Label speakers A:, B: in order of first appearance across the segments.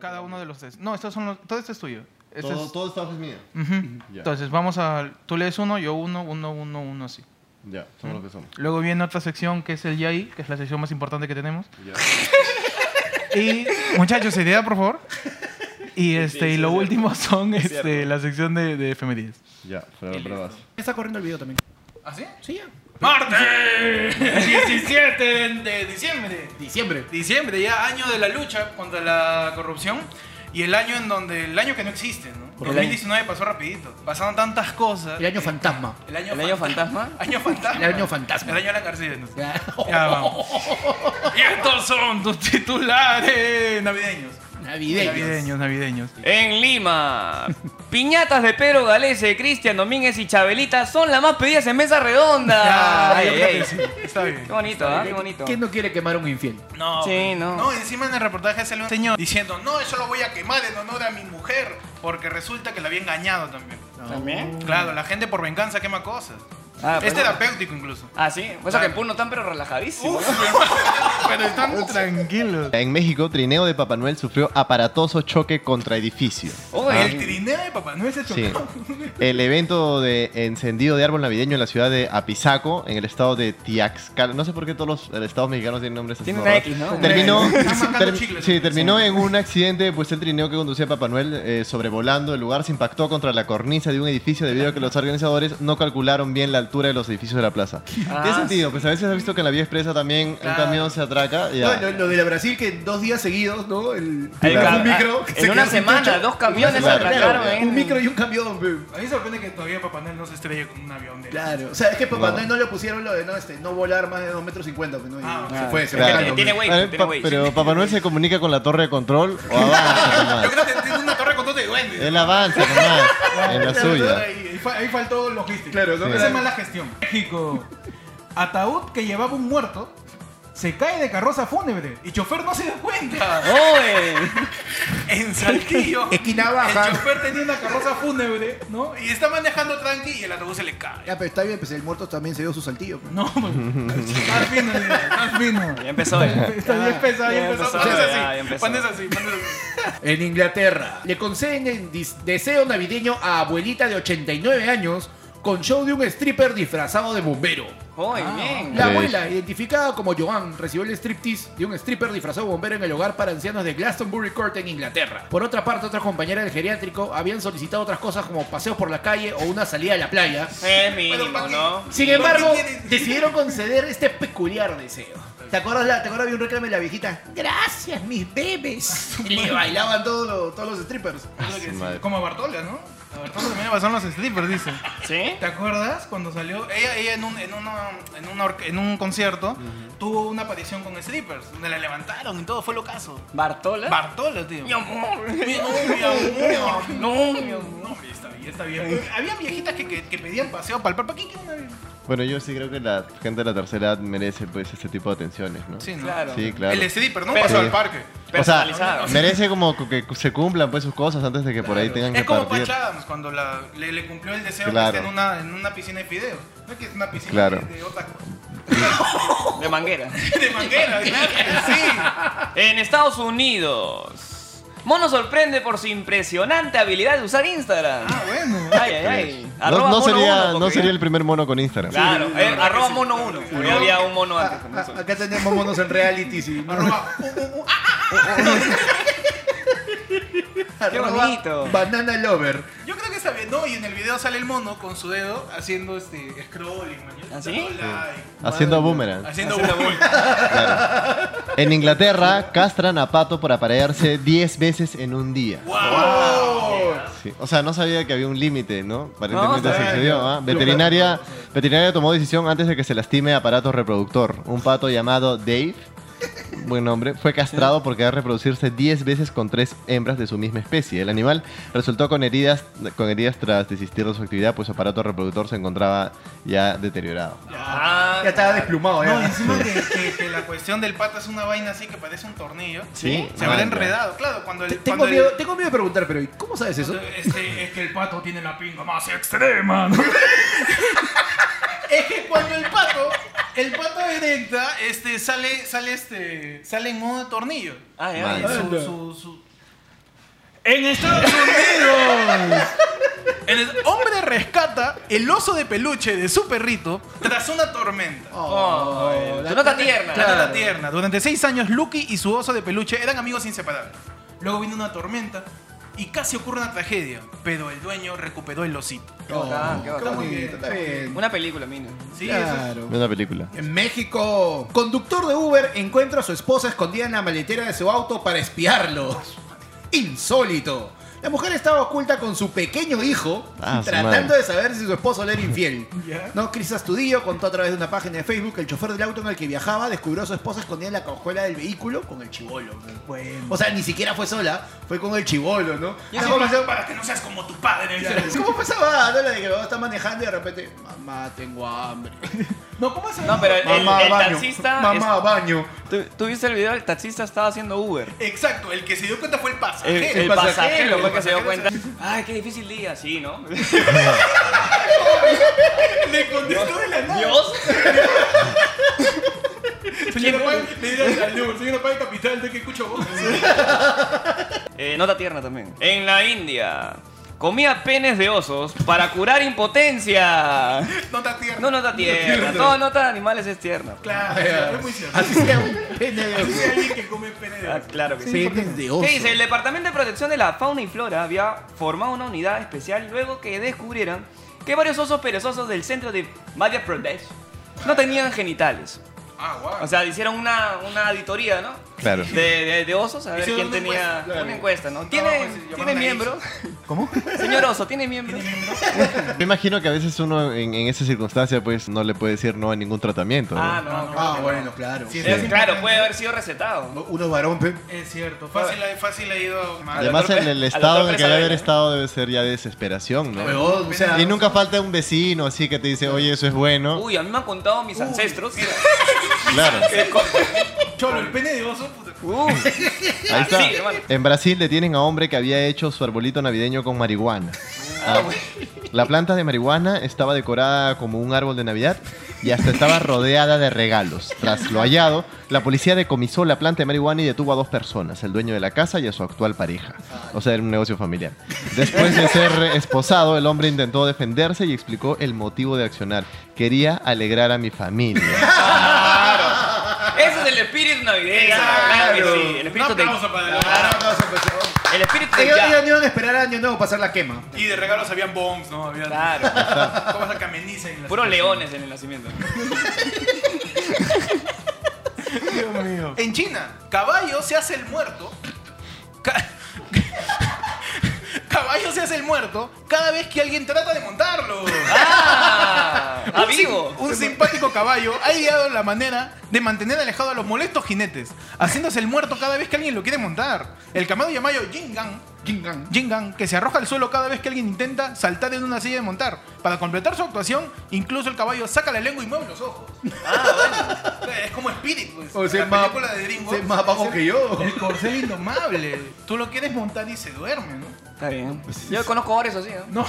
A: cada uno de los tres. No, estos son los, todo este es tuyo. Este
B: Todo,
A: es-
B: todo esta hoja es mía.
A: Ujú.
B: Ya.
A: Entonces vamos a... Tú lees uno, yo uno, uno, uno, uno, así.
B: Ya, somos lo que somos.
A: Luego viene otra sección que es el Yai, que es la sección más importante que tenemos.
B: Ya.
A: Y muchachos, seriedad, por favor. Y este y lo último son este, la sección de, de efemérides.
B: Ya, pruebas, pruebas.
C: Está corriendo el video también.
A: ¿Ah, sí?
C: Sí, ya.
A: ¡Martes! 17 de, de diciembre.
C: Diciembre.
A: Diciembre, ya año de la lucha contra la corrupción. Y el año en donde. El año que no existe, ¿no?
C: Por el
A: 2019 pasó rapidito. Pasaron tantas cosas.
C: El año fantasma.
A: El año,
D: ¿El año fantasma?
A: Año fantasma.
C: El año fantasma.
A: El año de la García. ¿no?
C: Ya.
A: Ya vamos. y estos son tus titulares navideños.
C: Navideños.
A: Navideños, navideños.
D: En Lima, piñatas de Pedro Galese, Cristian Domínguez y Chabelita son las más pedidas en mesa redonda.
A: Ya,
D: Ay,
A: yo creo
D: ay,
A: que
D: ay.
A: sí. Está bien.
D: Qué bonito, ¿ah? Qué bonito.
C: ¿Quién no quiere quemar a un infiel?
A: No,
D: Sí,
A: pe-
D: no.
A: encima en el reportaje sale un señor diciendo, no, eso lo voy a quemar en honor a mi mujer, porque resulta que la había engañado también. Este
D: ¿También?
A: Claro, la gente por venganza quema cosas.
D: Mm. Ah,
A: es
D: pues-
A: terapéutico incluso.
D: Ah, sí. Pues eso que en Puno están pero relajadísimos. ¿no?
A: Pero están tranquilos.
B: En México, trineo de Papá Noel sufrió aparatoso choque contra edificio.
D: Oye,
A: El trineo de Papá Noel se chocó.
B: Sí. El evento de encendido de árbol navideño en la ciudad de Apizaco, en el estado de Tiaxcala. No sé por qué todos los eh, estados mexicanos tienen nombres así.
D: Tiene
B: raros.
D: una X, ¿no?
B: Terminó,
A: Están marcando
B: ter-
A: chicles.
B: sí, terminó en un accidente, pues el trineo que conducía Papá Noel eh, sobrevolando el lugar se impactó contra la cornisa de un edificio debido a que los organizadores no calcularon bien la altura de los edificios de la plaza.
D: Ah,
B: Tiene sentido, pues a veces has visto que en la vía expresa también
A: Claro.
B: un camión se atraca. y
C: No,
B: ya.
C: lo, lo de la Brasil que dos días seguidos, ¿no? El,
D: El
C: un
D: ca-
C: micro. que se
D: Ah, en
C: quedó
D: una
C: sin
D: semana,
C: techo.
D: dos camiones
B: Claro,
D: arrancaron.
B: claro.
D: ¿eh?
C: Un micro y un camión. pe.
A: A mí me sorprende que todavía Papá Noel no se estrelle con un avión de...
C: Claro. O sea, es que Papá
B: No.
C: Noel no le pusieron lo de no, este, no volar más de 2 metros 50. pe, ¿no? Y
A: Ah,
C: se
D: claro.
C: fue, se
B: Claro.
C: fue.
D: Tiene-
C: al
D: Tiene
C: domingo.
B: Vale,
D: weight,
B: pa-
D: tiene weight.
B: pero Papá Noel se comunica con la torre de control o avanza
A: Yo
B: nomás.
A: creo que tiene una torre con todo de duendes.
B: Él avanza nomás en la suya.
A: Ahí, ahí fa- ahí faltó logística.
C: Claro, ¿no?
A: Esa es mala gestión. México. Ataúd que llevaba un muerto se cae de carroza fúnebre y chofer no se da cuenta.
D: Oye.
A: Ah, En Saltillo.
C: Esquina baja.
A: El chofer tenía una carroza fúnebre, ¿no? Y está manejando tranqui y el ataúd se le cae.
C: Ya, pero está bien, pues el muerto también se dio su saltillo. pe.
A: No, pues, más fino, más fino.
D: Ya empezó. ¿eh?
A: Está bien pesado, ya
D: Ya
A: empezó.
D: empezó,
A: Pan es
D: ya,
A: así,
D: ya empezó.
A: pan es así, pan es así.
C: En Inglaterra, le conceden el dis- deseo navideño a abuelita de 89 años con show de un stripper disfrazado de bombero.
D: Oye, bien.
C: La
B: Sí.
C: abuela, identificada como Joan, recibió el striptease de un stripper disfrazado de bombero en el hogar para ancianos de Glastonbury Court en Inglaterra. Por otra parte, otras compañeras del geriátrico habían solicitado otras cosas como paseos por la calle o una salida a la playa.
D: Es mínimo, ¿no?
C: Sin embargo, decidieron conceder este peculiar deseo. ¿Te acuerdas, la, ¿Te acuerdas de un reclamo de la viejita? Gracias, mis bebés. Y le bailaban todos los, todos los strippers.
A: Claro que
B: su
A: sí.
B: madre.
A: Como a Bartola, ¿no? A Bartola también le pasaron los strippers, dice.
D: ¿Sí?
A: ¿Te acuerdas cuando salió? Ella, ella en, un, en, una- en, una orque- en un concierto tuvo una aparición con strippers, donde la levantaron y todo fue lo caso.
D: ¿Bartola?
A: Bartola, tío.
D: ¿Eh? Mi amor.
A: Mi- no, mi amor.
D: No, mi amor.
A: No, hombre, está bien, está bien.
D: Eh,
A: Había viejitas que, que, que pedían paseo para el parque. ¿Qué, qué una vez?
B: Bueno, yo sí creo que la gente de la tercera edad merece pues este tipo de atenciones, ¿no?
A: Sí, ¿no?
D: Claro.
B: Sí, claro.
A: El stripper, ¿no?
D: Pero-
A: Pasó al parque.
B: O sea,
D: Personalizado.
B: merece como que se cumplan pues sus cosas antes de que por ahí tengan que
A: Es como
B: partir.
A: Patch Adams cuando la- le, le cumplió el deseo
B: Claro.
A: que esté en una, en una piscina de fideos. No es que es una piscina
B: Claro.
A: de, de otra cosa.
D: De manguera.
A: De manguera, claro que sí.
D: En Estados Unidos. Mono sorprende por su impresionante habilidad de usar Instagram.
A: Ah, bueno.
D: Ay, ay, ay.
B: No,
D: Arroba
B: no
D: mono
B: sería,
D: uno,
B: no
D: porque-
B: sería el primer mono con Instagram.
D: Claro,
C: Sí, Ah.
D: eh,
C: la verdad
D: arroba mono 1. Porque había un mono antes. con eso.
C: Acá tenemos monos en reality, sí.
A: Arroba,
C: uh, ah,
D: Qué bonito.
C: ah. Banana Lover.
A: Yo creo que está bien, ¿no? Y en el video sale el mono con su dedo haciendo este scrolling, man.
D: ¿Ah, sí?
A: Dando like,
B: Haciendo boomerang.
A: Haciendo
D: Haciendo
A: bullying.
B: En Inglaterra, castran a pato por aparearse 10 veces en un día.
C: Oh,
A: ¡Wow!
B: Sí, O sea, no sabía que había un límite, ¿no? Aparentemente se
D: No, sabía.
B: excedió. ¿ah? Veterinaria, veterinaria tomó decisión antes de que se lastime aparato reproductor. Un pato llamado Dave, buen nombre, fue castrado por querer reproducirse 10 veces con tres hembras de su misma especie. El animal resultó con heridas, con heridas tras desistir de su actividad, pues su aparato reproductor se encontraba ya deteriorado.
D: Ah,
C: Ya estaba desplumado,
A: No,
C: ya.
A: encima que, que- que la cuestión del pato es una vaina así que parece un tornillo.
B: Sí.
A: Se habrá
B: Ah,
A: enredado, claro. Cuando el.
C: Tengo
A: cuando el-
C: miedo, tengo miedo de preguntar, pero ¿y ¿cómo sabes eso?
A: este, es que el pato tiene la pinga más extrema. ¿no? es que cuando el pato, el pato erecta, este, sale, sale, este, sale en modo de tornillo.
D: Ah, ya.
B: Vale.
A: Su-
C: Anda.
A: su- su-
E: En Estados Unidos.
A: El hombre rescata el oso de peluche de su perrito tras una tormenta.
D: Oh, tu nota tierna.
A: La nota tierna. Durante seis años, Lucky y su oso de peluche eran amigos inseparables. Luego vino una tormenta y casi ocurre una tragedia, pero el dueño recuperó el osito.
D: Qué bacán, qué bacán. Una película, mira.
A: Sí, eso
C: Claro.
B: Es una película.
C: En México, conductor de Uber encuentra a su esposa escondida en la maletera de su auto para espiarlo. Insólito. La mujer estaba oculta con su pequeño hijo,
B: Ah, su
C: tratando
B: madre.
C: de saber si su esposo le era infiel. No, Chris Astudillo contó a través de una página de Facebook que el chofer del auto en el que viajaba descubrió a su esposa escondida en la cajuela del vehículo con el chivolo. ¿no? O sea, ni siquiera fue sola, fue con el chivolo, ¿no?
D: Y
C: Una
D: ese
C: conversación-
A: es. Para que no seas como tu padre.
C: Es como pasaba, ¿no? La de que está manejando y de repente, mamá, tengo hambre.
A: No, ¿cómo se
D: No, pero el,
C: Mamá,
D: el
C: baño.
D: taxista.
C: Mamá,
D: es-
C: baño.
D: ¿tú, tú viste el video? El taxista estaba haciendo Uber.
A: Exacto, el que se dio cuenta fue Ah, el pasajero.
D: El, el pasajero
A: el
D: fue que se dio
A: pasajero
D: cuenta. Ay, qué difícil día, sí, ¿no?
A: se- Le contestó de la nada.
D: Dios.
A: Señor Pai, le dirás al Newell, señor Pai, capital, ¿de qué escucho vos?
D: Eh, nota tierna también. En la India. Comía penes de osos para curar impotencia.
A: Nota tierna.
D: No, nota tierna. Todo nota de animales es tierna.
A: Claro, claro, es muy cierto.
C: Así sea un pene de
A: Hay
C: oso.
A: alguien que come pene de
D: Ah,
A: oso.
D: claro que sí.
C: Penes de oso.
D: ¿Qué dice? El Departamento de Protección de la Fauna y Flora había formado una unidad especial luego que descubrieran que varios osos perezosos del centro de Madhya Pradesh no tenían genitales.
A: Ah, guau.
D: O sea, hicieron una, una auditoría, ¿no?
B: Claro.
D: De, de- de osos, a ver
A: Hicieron
D: quién
A: una
D: tenía
A: encuesta, claro.
D: una encuesta, ¿no?
A: No,
D: ¿Tiene,
A: pues, llamaron
D: ¿tiene
A: a
D: miembro? ¿Cómo? Señor oso, ¿tiene miembro?
B: Me imagino que a veces uno en, en esa circunstancia pues no le puede decir no a ningún tratamiento. ¿no?
D: Ah, no. creo
C: Ah,
D: que no.
C: bueno, claro.
A: Sí,
D: Eh,
A: sí.
D: Claro, puede haber sido recetado.
C: Uno varón, pe.
A: Es cierto, fácil, fácil ha ido mal.
B: Además
D: doctor-
B: el, el
D: al
B: estado
D: doctor
B: en el que
D: Pesarela.
B: debe haber estado debe ser ya de desesperación, ¿no?
C: Huevón, o sea,
B: Y nunca falta un vecino así que te dice, oye, eso es bueno.
D: Uy, a mí me han contado mis ancestros.
B: Claro.
D: que co-
A: Cholo, el pene de oso, puta.
D: Uh,
B: Ahí está.
D: Así, hermano.
B: en Brasil detienen a hombre que había hecho su arbolito navideño con marihuana. Ah, la planta de marihuana estaba decorada como un árbol de Navidad y hasta estaba rodeada de regalos. Tras lo hallado, la policía decomisó la planta de marihuana y detuvo a dos personas, el dueño de la casa y a su actual pareja. O sea, era un negocio familiar. Después de ser esposado, el hombre intentó defenderse y explicó el motivo de accionar. Quería alegrar a mi familia.
D: Ese es el espíritu navideño. Claro que sí. El
A: Un
D: espíritu de.
A: aplauso para la-
D: El espíritu de.
C: pues, Ellos,
D: ya.
C: ellos no iban a esperar a año nuevo para hacer la quema.
A: Y de regalos habían bombs, ¿no? Habían
D: Claro.
A: cosas que amenizan. en la
D: Puros
A: situación.
D: leones en el nacimiento.
A: En China, caballo se hace el muerto. Ca- caballo se hace el muerto cada vez que alguien trata de montarlo.
D: ¡Ah! ¡A
A: Un sim-
D: vivo!
A: Un simpático caballo ha ideado la manera de mantener alejado a los molestos jinetes, haciéndose el muerto cada vez que alguien lo quiere montar. El camello llamado Jingan,
C: Gingan.
A: Jingan, que se arroja al suelo cada vez que alguien intenta saltar en una silla de montar. Para completar su actuación, incluso el caballo saca la lengua y mueve los ojos.
D: Ah,
A: Es como Spirit, pues.
C: O sea,
A: la
C: es más-
A: película de DreamWorks.
C: es más bajo que yo.
A: El corcel indomable. Tú lo quieres montar y se duerme, ¿no?
D: Está bien. Yo conozco varios así, ¿no?
A: No.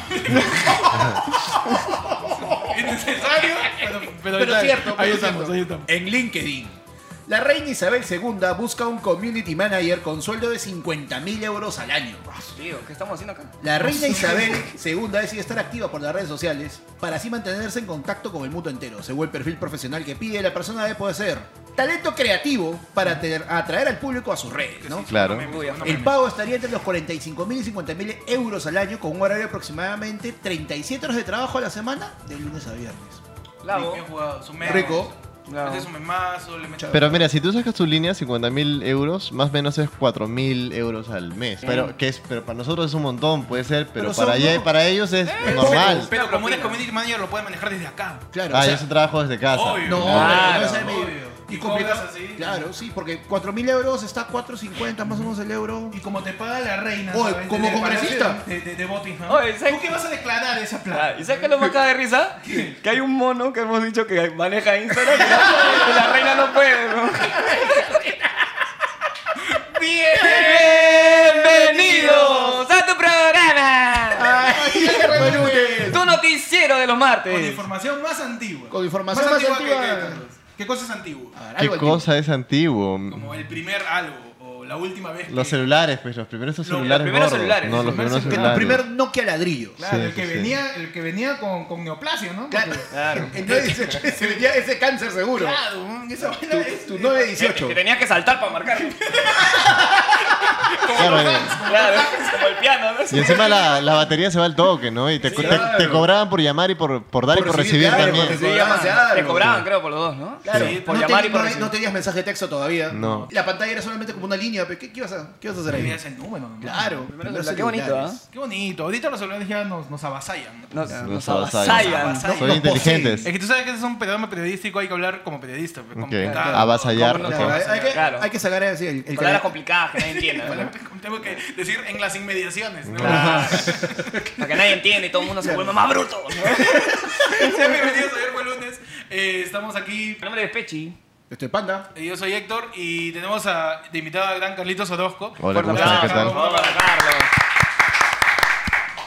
A: Innecesario, pero,
C: Pero
A: está-
C: cierto,
A: Ahí
C: pero
A: estamos,
C: cierto.
A: ahí estamos.
C: En LinkedIn. La reina Isabel II busca un community manager con sueldo de 50 mil euros al año.
D: Tío, ¿qué estamos haciendo acá?
C: La reina Isabel II decide estar activa por las redes sociales para así mantenerse en contacto con el mundo entero, según el perfil profesional que pide. La persona debe poseer talento creativo para atraer- atraer al público a sus redes, ¿no?
B: Claro.
D: Uy, ya.
C: El pago estaría entre los 45.000 y 50.000 euros al año con un horario de aproximadamente 37 horas de trabajo a la semana de lunes a viernes.
D: Lavo.
A: Bien jugado, su memo.
C: Rico.
D: Lavo.
A: Hace su memazo, le mecha-
B: Pero mira, si tú sacas tu línea, 50 mil euros, más o menos es 4 mil euros al mes. Pero, que es, pero para nosotros es un montón, puede ser, pero,
C: Pero son
B: para, allá,
C: dos.
B: para ellos es normal.
A: Pero como eres community manager, lo puedes manejar desde acá.
C: Claro.
B: ah,
C: o sea,
B: yo se trabajo desde casa.
A: Obvio.
C: no,
D: Claro,
C: pero no es el-
A: obvio.
C: Y
A: Y
C: complicado.
A: cobras así.
C: Claro, sí, porque 4.000 euros está 4.50 más o menos el euro.
A: Y como te paga la reina.
C: Oye,
A: ¿sabes?
C: como
A: Desde el
C: congresista.
A: palacio De, de, de Buckingham.
D: Oye, ¿sabes
A: ¿Tú qué vas a declarar esa
D: Ah,
A: plata?
D: ¿Y sabes qué es lo más acá de risa? Que hay un mono que hemos dicho que maneja Instagram que la, que la reina no puede, ¿no? Bienvenidos a tu programa, tu noticiero de los
A: Con
D: martes.
A: información más antigua.
C: Con información más
A: que-
C: antigua. Ah.
A: que- ¿Qué cosa es antigua?
C: A ver,
B: ¿Qué
C: algo antiguo.
B: cosa es antiguo?
A: Como el primer algo. O la última vez.
B: Los
A: que-
B: celulares, pues los primeros son
A: Los- los
B: celulares
D: primeros
B: gordos.
D: celulares,
B: No,
D: los
B: los primeros
A: primeros
B: celulares.
C: El primer Nokia ladrillo.
A: Claro,
B: Sí,
A: el, que
B: sí, sí.
A: venía, el que venía con, con neoplasia, ¿no?
C: Claro.
A: Porque-
D: Claro.
C: El 918 ese venía- ese cáncer seguro.
A: Claro, man, esa vaina es-
C: Tu
D: Que,
C: 918.
D: que tenías que saltar para marcar.
B: Claro,
D: claro, como el piano, ¿no?
B: y encima la, la batería se va al toque, ¿no? Y te,
C: Sí,
B: te-
C: claro.
B: te cobraban por llamar y por, por dar y por recibir
C: claro,
B: también.
C: porque se llama hacia algo.
D: Te cobraban, creo, por los dos, ¿no?
C: Claro,
D: Sí, por
C: no,
D: llamar
C: te-
D: y por
C: no-
D: recibir.
C: no tenías mensaje de texto todavía.
B: No.
C: La pantalla era solamente como una línea. pero ¿Qué, qué ibas, a, qué ibas a hacer ahí?
A: Tenías el número, ¿no?
C: Claro.
D: Primero
C: primeros
D: celular, qué bonito, ¿ah?
C: celulares.
A: Qué bonito. Ahorita los celulares ya nos, nos avasallan. ¿no?
D: Nos,
B: Los
D: nos
B: avasallan.
D: avasallan.
A: Nos avasallan.
B: Son
C: Los
B: inteligentes.
A: Es que tú sabes que ese es un programa periodístico, hay que hablar como periodista. pues,
B: Ok,
A: complicado.
B: avasallar.
D: ¿Cómo
B: ok.
D: no?
C: Claro, hay, hay que,
D: Claro.
C: hay que sacar así el, el
D: Palabras
C: cara-
D: complicadas que nadie entienda. ¿no?
A: Tengo que decir en las inmediaciones. ¿no?
D: Claro. Para que nadie entienda y todo el mundo se vuelva más bruto. ¿no?
A: Sean bienvenidos a Ayer Fue Lunes. Eh, estamos aquí.
D: Mi nombre es Pechi.
C: Este panda.
A: Yo soy Héctor y tenemos a, de invitado al gran Carlitos Orozco.
B: Hola, ¿cómo están? ¿Qué tal?
D: Hola, Carlos.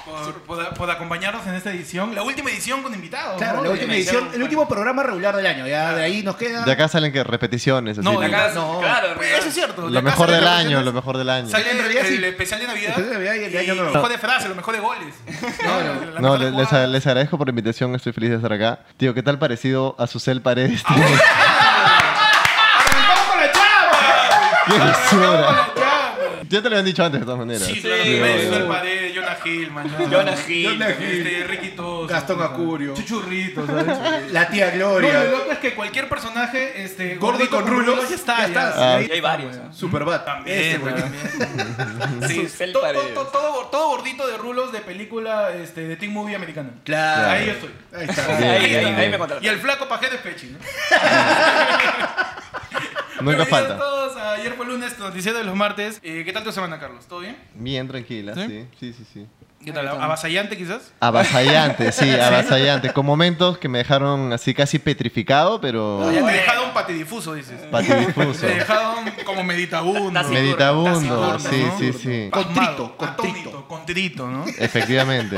A: Por, por- por acompañarnos en esta edición. La última edición con invitados.
C: Claro,
A: ¿no?
C: la última
A: Eh,
C: edición,
D: hicieron-
C: el último programa regular del año. Ya de ahí nos queda.
B: De acá salen que repeticiones. así,
A: No, de
B: ¿no?
A: acá-
C: No.
D: Claro,
A: pues, eso es cierto.
B: Lo mejor del año, lo
A: mejor.
B: mejor del año.
A: Sale
C: En realidad,
A: el
C: sí.
A: especial de Navidad.
C: El especial de Navidad y el de Año Nuevo.
A: Lo mejor de frase, lo mejor de goles.
C: No, no.
A: La
B: No,
A: mejor
B: le- les,
A: jugada.
B: les agradezco por la invitación, estoy feliz de estar acá. Tío, ¿qué tal parecido a Susel Paredes? tío?
A: ¡Arrancamos con la chapa!
B: ¡Qué
A: ¡Arrancamos
B: basura!
A: con la chapa!
B: Ya te lo habían dicho antes, de todas maneras.
A: Sí,
D: Sí,
A: claramente.
D: obvio.
A: Sol Paredes, Jonah Hill, man.
D: Jonah Hill.
C: Jonah Hill.
A: Este, Ricky Toso,
C: Gastón
A: ¿sabes?
C: Acurio.
A: Chuchurrito, ¿sabes?
C: La tía
A: No,
C: Gloria.
A: lo loco es que cualquier personaje este,
C: Gordo y con rulos,
A: ya está,
C: ya
A: ya
C: está.
A: está.
B: Ah.
A: Sí,
D: Y hay varios. ¿no?
C: Superbad. Este,
A: También,
C: güey.
A: también. Sí,
D: Susel
A: to- to-
D: Paredes.
A: to- todo, todo gordito de rulos de película este, de Team Movie americana.
C: Claro.
A: Ahí yo estoy.
C: Ahí
D: Ahí,
C: está.
D: ahí,
B: Bien,
D: ahí
B: bien.
D: me
A: Y
D: contrataron.
A: el flaco pajero es Pechi, ¿no?
B: Nunca
A: Bienvenidos
B: falta.
A: todos a ayer fue lunes, tu noticiero de los martes. Eh, ¿Qué tal tu semana, Carlos? ¿Todo bien?
B: Bien tranquila,
A: ¿Sí?
B: sí, sí, sí. sí.
A: ¿Qué tal? ¿Avasallante quizás?
B: Avasallante, sí, avasallante. Con momentos que me dejaron así casi petrificado, pero
A: Te he dejado un patidifuso, dices.
B: Ah, patidifuso.
A: Te he dejado un- como meditabundo.
D: Taciturno,
B: Meditabundo,
A: taciturno,
B: sí,
A: ¿no?
B: sí, sí.
A: Pasmado,
C: Contrito, contrito.
A: atónito, contrito, ¿no?
B: Efectivamente.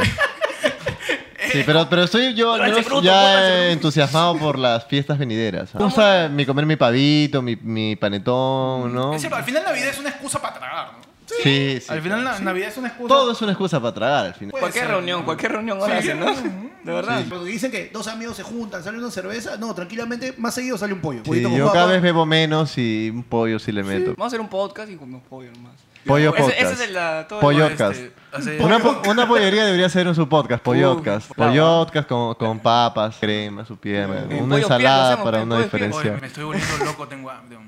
B: Sí, pero, pero estoy yo al
D: Vuélvanse
B: menos
D: brutos,
B: ya
D: vuélvanse
B: eh,
D: brutos.
B: entusiasmado por las fiestas venideras. Me gusta mi comer mi pavito, mi, mi panetón, ¿no?
A: Es cierto, al final Navidad es una excusa para tragar, ¿no?
B: Sí, sí.
A: al final la- Navidad es una excusa.
B: Todo es una excusa para tragar al final.
A: Puede
D: Cualquier
A: ser.
D: reunión, cualquier reunión ahora
A: Sí.
D: hacen, ¿no? De verdad.
C: Porque dicen que dos amigos se juntan, sale una cerveza. No, tranquilamente, más seguido sale un pollo.
B: Sí,
C: Pollito con
B: yo
C: papa.
B: cada vez bebo menos y un pollo sí le meto.
D: Vamos a hacer un podcast y comemos pollo nomás.
B: Pollo
D: Ese-
B: podcast.
D: Ese es el, la,
A: Oh,
D: todo el-
B: Pollocast.
D: este, hace-
B: Una, po- una pollería debería ser en su podcast, Pollotcast.
D: claro.
B: Pollotcast con, con papas, crema, su pierna,
D: Uy,
B: una
D: pollo
B: ensalada
D: pierna,
B: para
D: hacemos,
B: una
D: pollo pierna.
A: Oye,
B: diferencia.
A: me estoy volviendo loco, tengo hambre.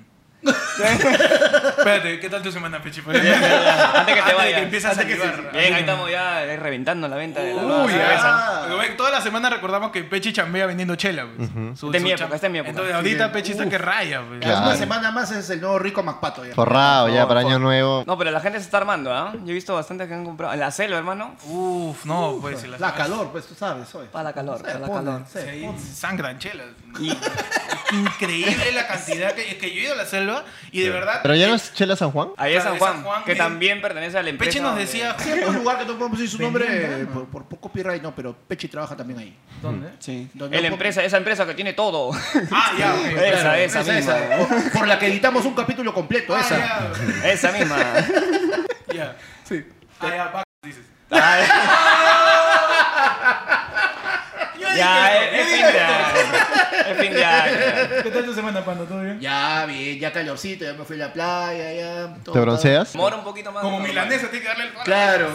A: Espérate, ¿qué tal tu semana, Pechi? Antes
D: Antes que te
A: de que
D: vayas.
A: empieces a salivar.
D: Bien, ahí estamos ya eh, reventando la venta de la
C: Uy,
D: cerveza.
C: ah.
A: Porque, güey, Toda la semana recordamos que Pechi chambea vendiendo chela. pues. Su-
D: Esta es
A: su
D: mi época,
A: cham-
D: esta es mi época.
A: Entonces ahorita
C: Sí,
A: Pechi
C: uf.
A: está que raya. pues.
C: Claro. Una
B: Claro.
C: semana más es el nuevo rico MacPato ya.
B: Forrado ya para
D: No,
B: año
D: por-
B: nuevo.
D: No, pero la gente se está armando, ¿ah? Yo he visto bastantes que han comprado. En la selva, hermano.
A: Uf, no, pues. si
C: La calor, pues tú sabes, hoy.
D: Para la calor, para la calor.
A: si ahí sangran chelas. Increíble la cantidad que, es que yo he ido a la selva y de verdad.
B: Pero ya no
A: eh,
B: es Chela San Juan.
D: Ahí es
A: Claro,
D: San
A: de
D: Juan,
A: San Juan,
D: que
A: bien.
D: también pertenece a la empresa.
A: Pechi nos
D: donde-
A: decía.
C: Siempre un pues, lugar que no podemos decir su nombre
A: Venían,
C: eh,
A: ¿no?
C: por, por, por copyright, no, pero Pechi trabaja también ahí.
A: ¿Dónde?
D: Sí.
C: Donde
D: El
C: no-
D: empresa, esa empresa que tiene todo.
A: Ah, ya, ok.
D: Esa, esa misma.
C: Por, por la que editamos un capítulo completo,
A: Ah,
C: esa.
A: ya.
D: esa misma.
A: Ya. Ah, ya, va, dices.
D: Ay,
A: Yo dije
D: ya,
A: esto,
D: es, es
A: yo
D: fin
A: dije
D: de
A: esto.
D: año. Es fin de año.
A: ¿Qué tal tu semana, Pando? ¿Todo bien?
C: Ya, bien, ya calorcito, ya me fui a la playa, ya. todo
B: ¿Te bronceas?
D: Mora un poquito más.
A: Como
D: normal.
A: milanesa, tiene que darle el
C: Claro.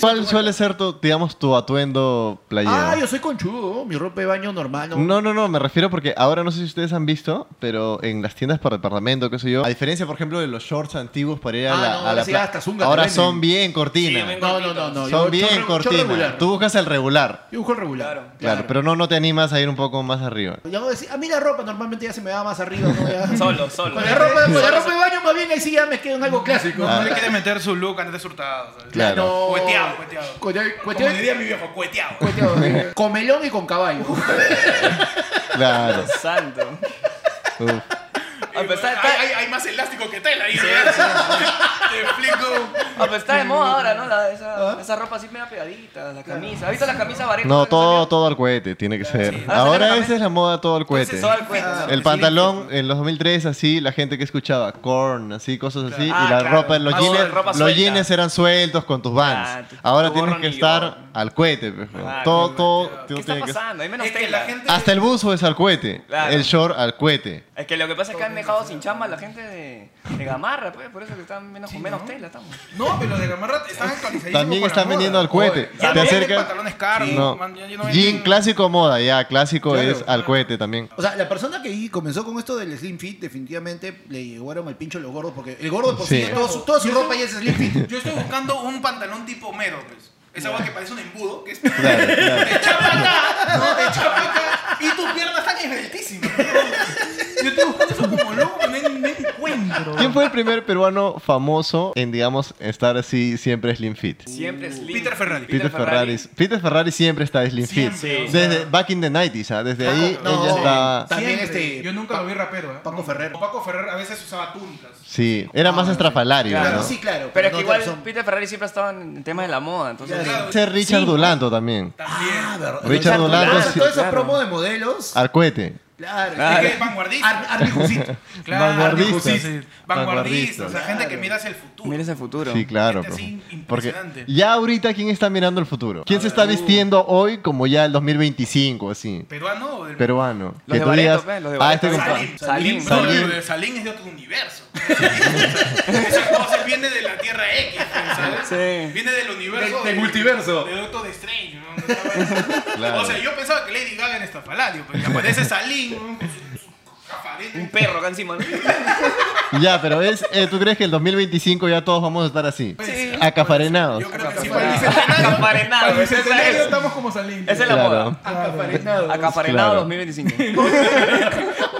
B: ¿Cuál suele ser tu, digamos, tu atuendo playero?
C: Ah, yo soy conchudo, mi ropa de baño normal. No,
B: No, no, no, me refiero porque ahora no sé si ustedes han visto, pero en las tiendas por departamento, qué sé yo, a diferencia, por ejemplo, de los shorts antiguos para ir a
C: Ah,
B: la,
C: no,
B: a
C: ahora
B: la
C: sí,
B: pla-
C: hasta zunga
B: ahora
C: te venden.
B: son bien
D: Sí,
B: cortina.
D: bien
C: no, no, no. no,
B: son
C: yo- yo
B: bien
C: re- yo
B: cortina.
C: regular.
B: Tú buscas el regular.
C: Yo busco el regular.
D: Claro.
B: Claro, pero no, no te animas a ir un poco más arriba.
C: Ya voy a decir, a mí la "Ah, ropa normalmente ya se me va más arriba. ¿no? Ya.
D: Solo, solo.
C: Con la ropa, con la ropa de baño más bien ahí sí ya me quedo en algo clásico.
A: No le quiere meter su look antes de surtado. ¿sabes?
B: Claro.
C: No.
A: Cueteado, cueteado.
C: Cuete-
A: Como
C: cuete-
A: diría mi viejo, cueteado.
C: cueteado, sí. Con melón y con caballo.
B: Claro.
D: Dios santo. Ah, pues
B: Uf.
D: A pesar
A: hay, hay- hay más elástico que tela ahí. ¿verdad? te explico.
D: Ah, pues está de moda ahora, ¿no? La- esa,
A: ¿Ah?
D: esa ropa así media pegadita, la camisa. ¿Has visto la camisa vareta?
B: No, todo, todo al cohete tiene que ser.
D: Ahora sale
B: Ahora
D: la
B: esa es la moda todo al cohete.
D: Todo al cuento,
A: Ah.
D: ¿no?
B: El pantalón en los 2003, así, la gente que escuchaba corn, así, cosas así,
D: Ah,
B: y la
D: claro.
B: ropa, los
D: Más
B: jeans,
D: ropa
B: los
D: suelta.
B: jeans eran sueltos con tus vans.
D: Ah, tu-
B: Ahora
D: tu
B: tienes
D: gorro
B: que
D: ni
B: estar
D: yo.
B: al cohete, pues, ¿no?
D: Ah,
B: todo,
D: qué
B: todo,
D: ¿Qué
B: todo
D: está
B: tiene que ser.
D: pasando? Hay menos
A: Es que
D: tela.
A: la gente.
B: Hasta el buzo es al cohete,
D: Claro.
B: el short al cohete.
D: Es que lo que pasa es que han dejado sin chamba a la gente de, de Gamarra, pues, por eso que están menos con menos tela estamos.
A: No, pero de Gamarra están actualizadísimos.
B: También están vendiendo al cohete.
A: Ya no
B: Te
A: venden
B: acercas-
A: pantalones caros.
B: No.
A: man, ya- ya no
B: Jean
A: venden-
B: clásico moda, ya, clásico
C: Claro.
B: es al cohete también.
C: O sea, la persona que ahí comenzó con esto del Slim Fit, definitivamente le llegaron el pincho a los gordos, porque el gordo de por sí,
B: Sí.
C: ya todo su- toda su ropa ya es Slim Fit.
A: Yo estoy buscando un pantalón tipo mero, pues. Esa agua que parece un embudo, que es.
B: Claro, claro.
A: Te chapa acá, no, te chapa acá. Y tus piernas están esbeltísimas. Yo estoy buscando eso como loco, que no, no encuentro.
B: ¿Quién fue el primer peruano famoso en, digamos, estar así siempre slim fit?
D: Siempre es lindo.
A: Peter Ferrari.
B: Peter, Ferrari. Peter Ferrari siempre está slim fit.
D: Siempre, sí.
B: Desde back in the 90s, ¿ah? desde ahí
C: No,
B: ella
C: sí.
B: está.
C: También
A: Siempre.
C: este-
A: Yo nunca lo vi rapero, ¿eh?
C: Paco Ferrer.
A: Paco Ferrer a veces usaba túnicas.
B: Sí, era más estrafalario.
D: Claro,
B: ¿no?
C: sí, claro.
D: Pero es que
C: no
D: igual
C: te razón.
D: Peter Ferrari siempre ha estado en temas de la moda, entonces.
C: Claro.
B: Ser Richard Dulando también.
A: También.
C: Ah, verdad.
B: Richard
C: Exacto,
B: Orlando,
C: claro,
B: sí. Ah,
C: Todas esas
D: Claro.
C: promos de modelos.
B: Al cohete.
C: Claro.
D: Claro.
A: Es que es vanguardista.
C: Ar- Armin Jusito.
A: Claro,
B: Vanguardista,
A: vanguardista.
B: sí.
A: Vanguardista, o sea,
B: Vanguardista.
A: gente que mira hacia el futuro.
D: Mira ese futuro.
B: Sí, claro.
A: Gente así
B: pero- Porque
A: impresionante.
B: ya ahorita, ¿quién está mirando el futuro? ¿Quién se está vistiendo hoy como ya el 2025, así?
A: ¿Peruano o del
B: Peruano.
D: Los de
B: tú
D: Bareto,
B: digas,
D: pe, los de
B: ah,
D: Bareto.
B: este compa-
A: Salim.
D: Salim.
A: No,
B: Salim.
A: pero Salín es de otro universo. Esa cosa viene de la Tierra X, pues, ¿sabes?
D: Sí.
A: Viene del universo.
C: Del- del multiverso.
A: De Doctor Strange, ¿no? Una vaina.
B: Claro.
A: O sea, yo pensaba que Lady Gaga era estafalario, pero aparece Salín, ¿no? Con su- su cafarete.
D: Un perro acá encima. ¿no?
B: Ya, pero es, eh, ¿tú crees que el 2025 ya todos vamos a estar así? Acafarenados.
A: Yo creo que sí, para el bicentenario.
D: Acaparenado.
A: Para el
D: esa
A: bicentenario
D: es.
A: estamos como Salín.
D: Esa es la
B: Claro.
D: moda. Acaparenado
B: Claro.
D: 2025.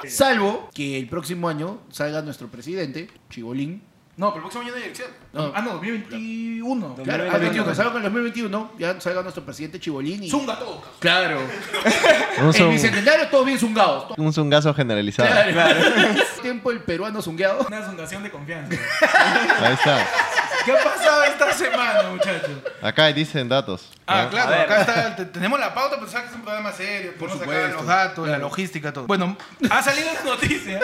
C: Salvo que el próximo año salga nuestro presidente, Chibolín.
A: No, pero el próximo año no hay elección.
C: No.
A: Ah, no, 2021.
C: Claro, al 21, salga en el 2021, ya salga nuestro presidente Chibolín. Y...
A: Zunga todo. cabrón.
C: Claro.
B: Un,
C: El
B: zung-
C: bicentenario, todos bien zungados.
B: un zungazo generalizado.
C: Claro. Tiempo el peruano zungueado.
A: Una fundación de confianza.
B: Ahí está.
A: ¿Qué ha pasado esta semana, muchachos?
B: Acá dicen datos.
A: Ah,
B: ¿no?
A: claro,
D: A ver.
A: acá está, te- tenemos la pauta, pero sabes que es un programa serio, por acá
C: supuesto.
A: los datos, la logística, todo. Bueno, ha salido la noticia.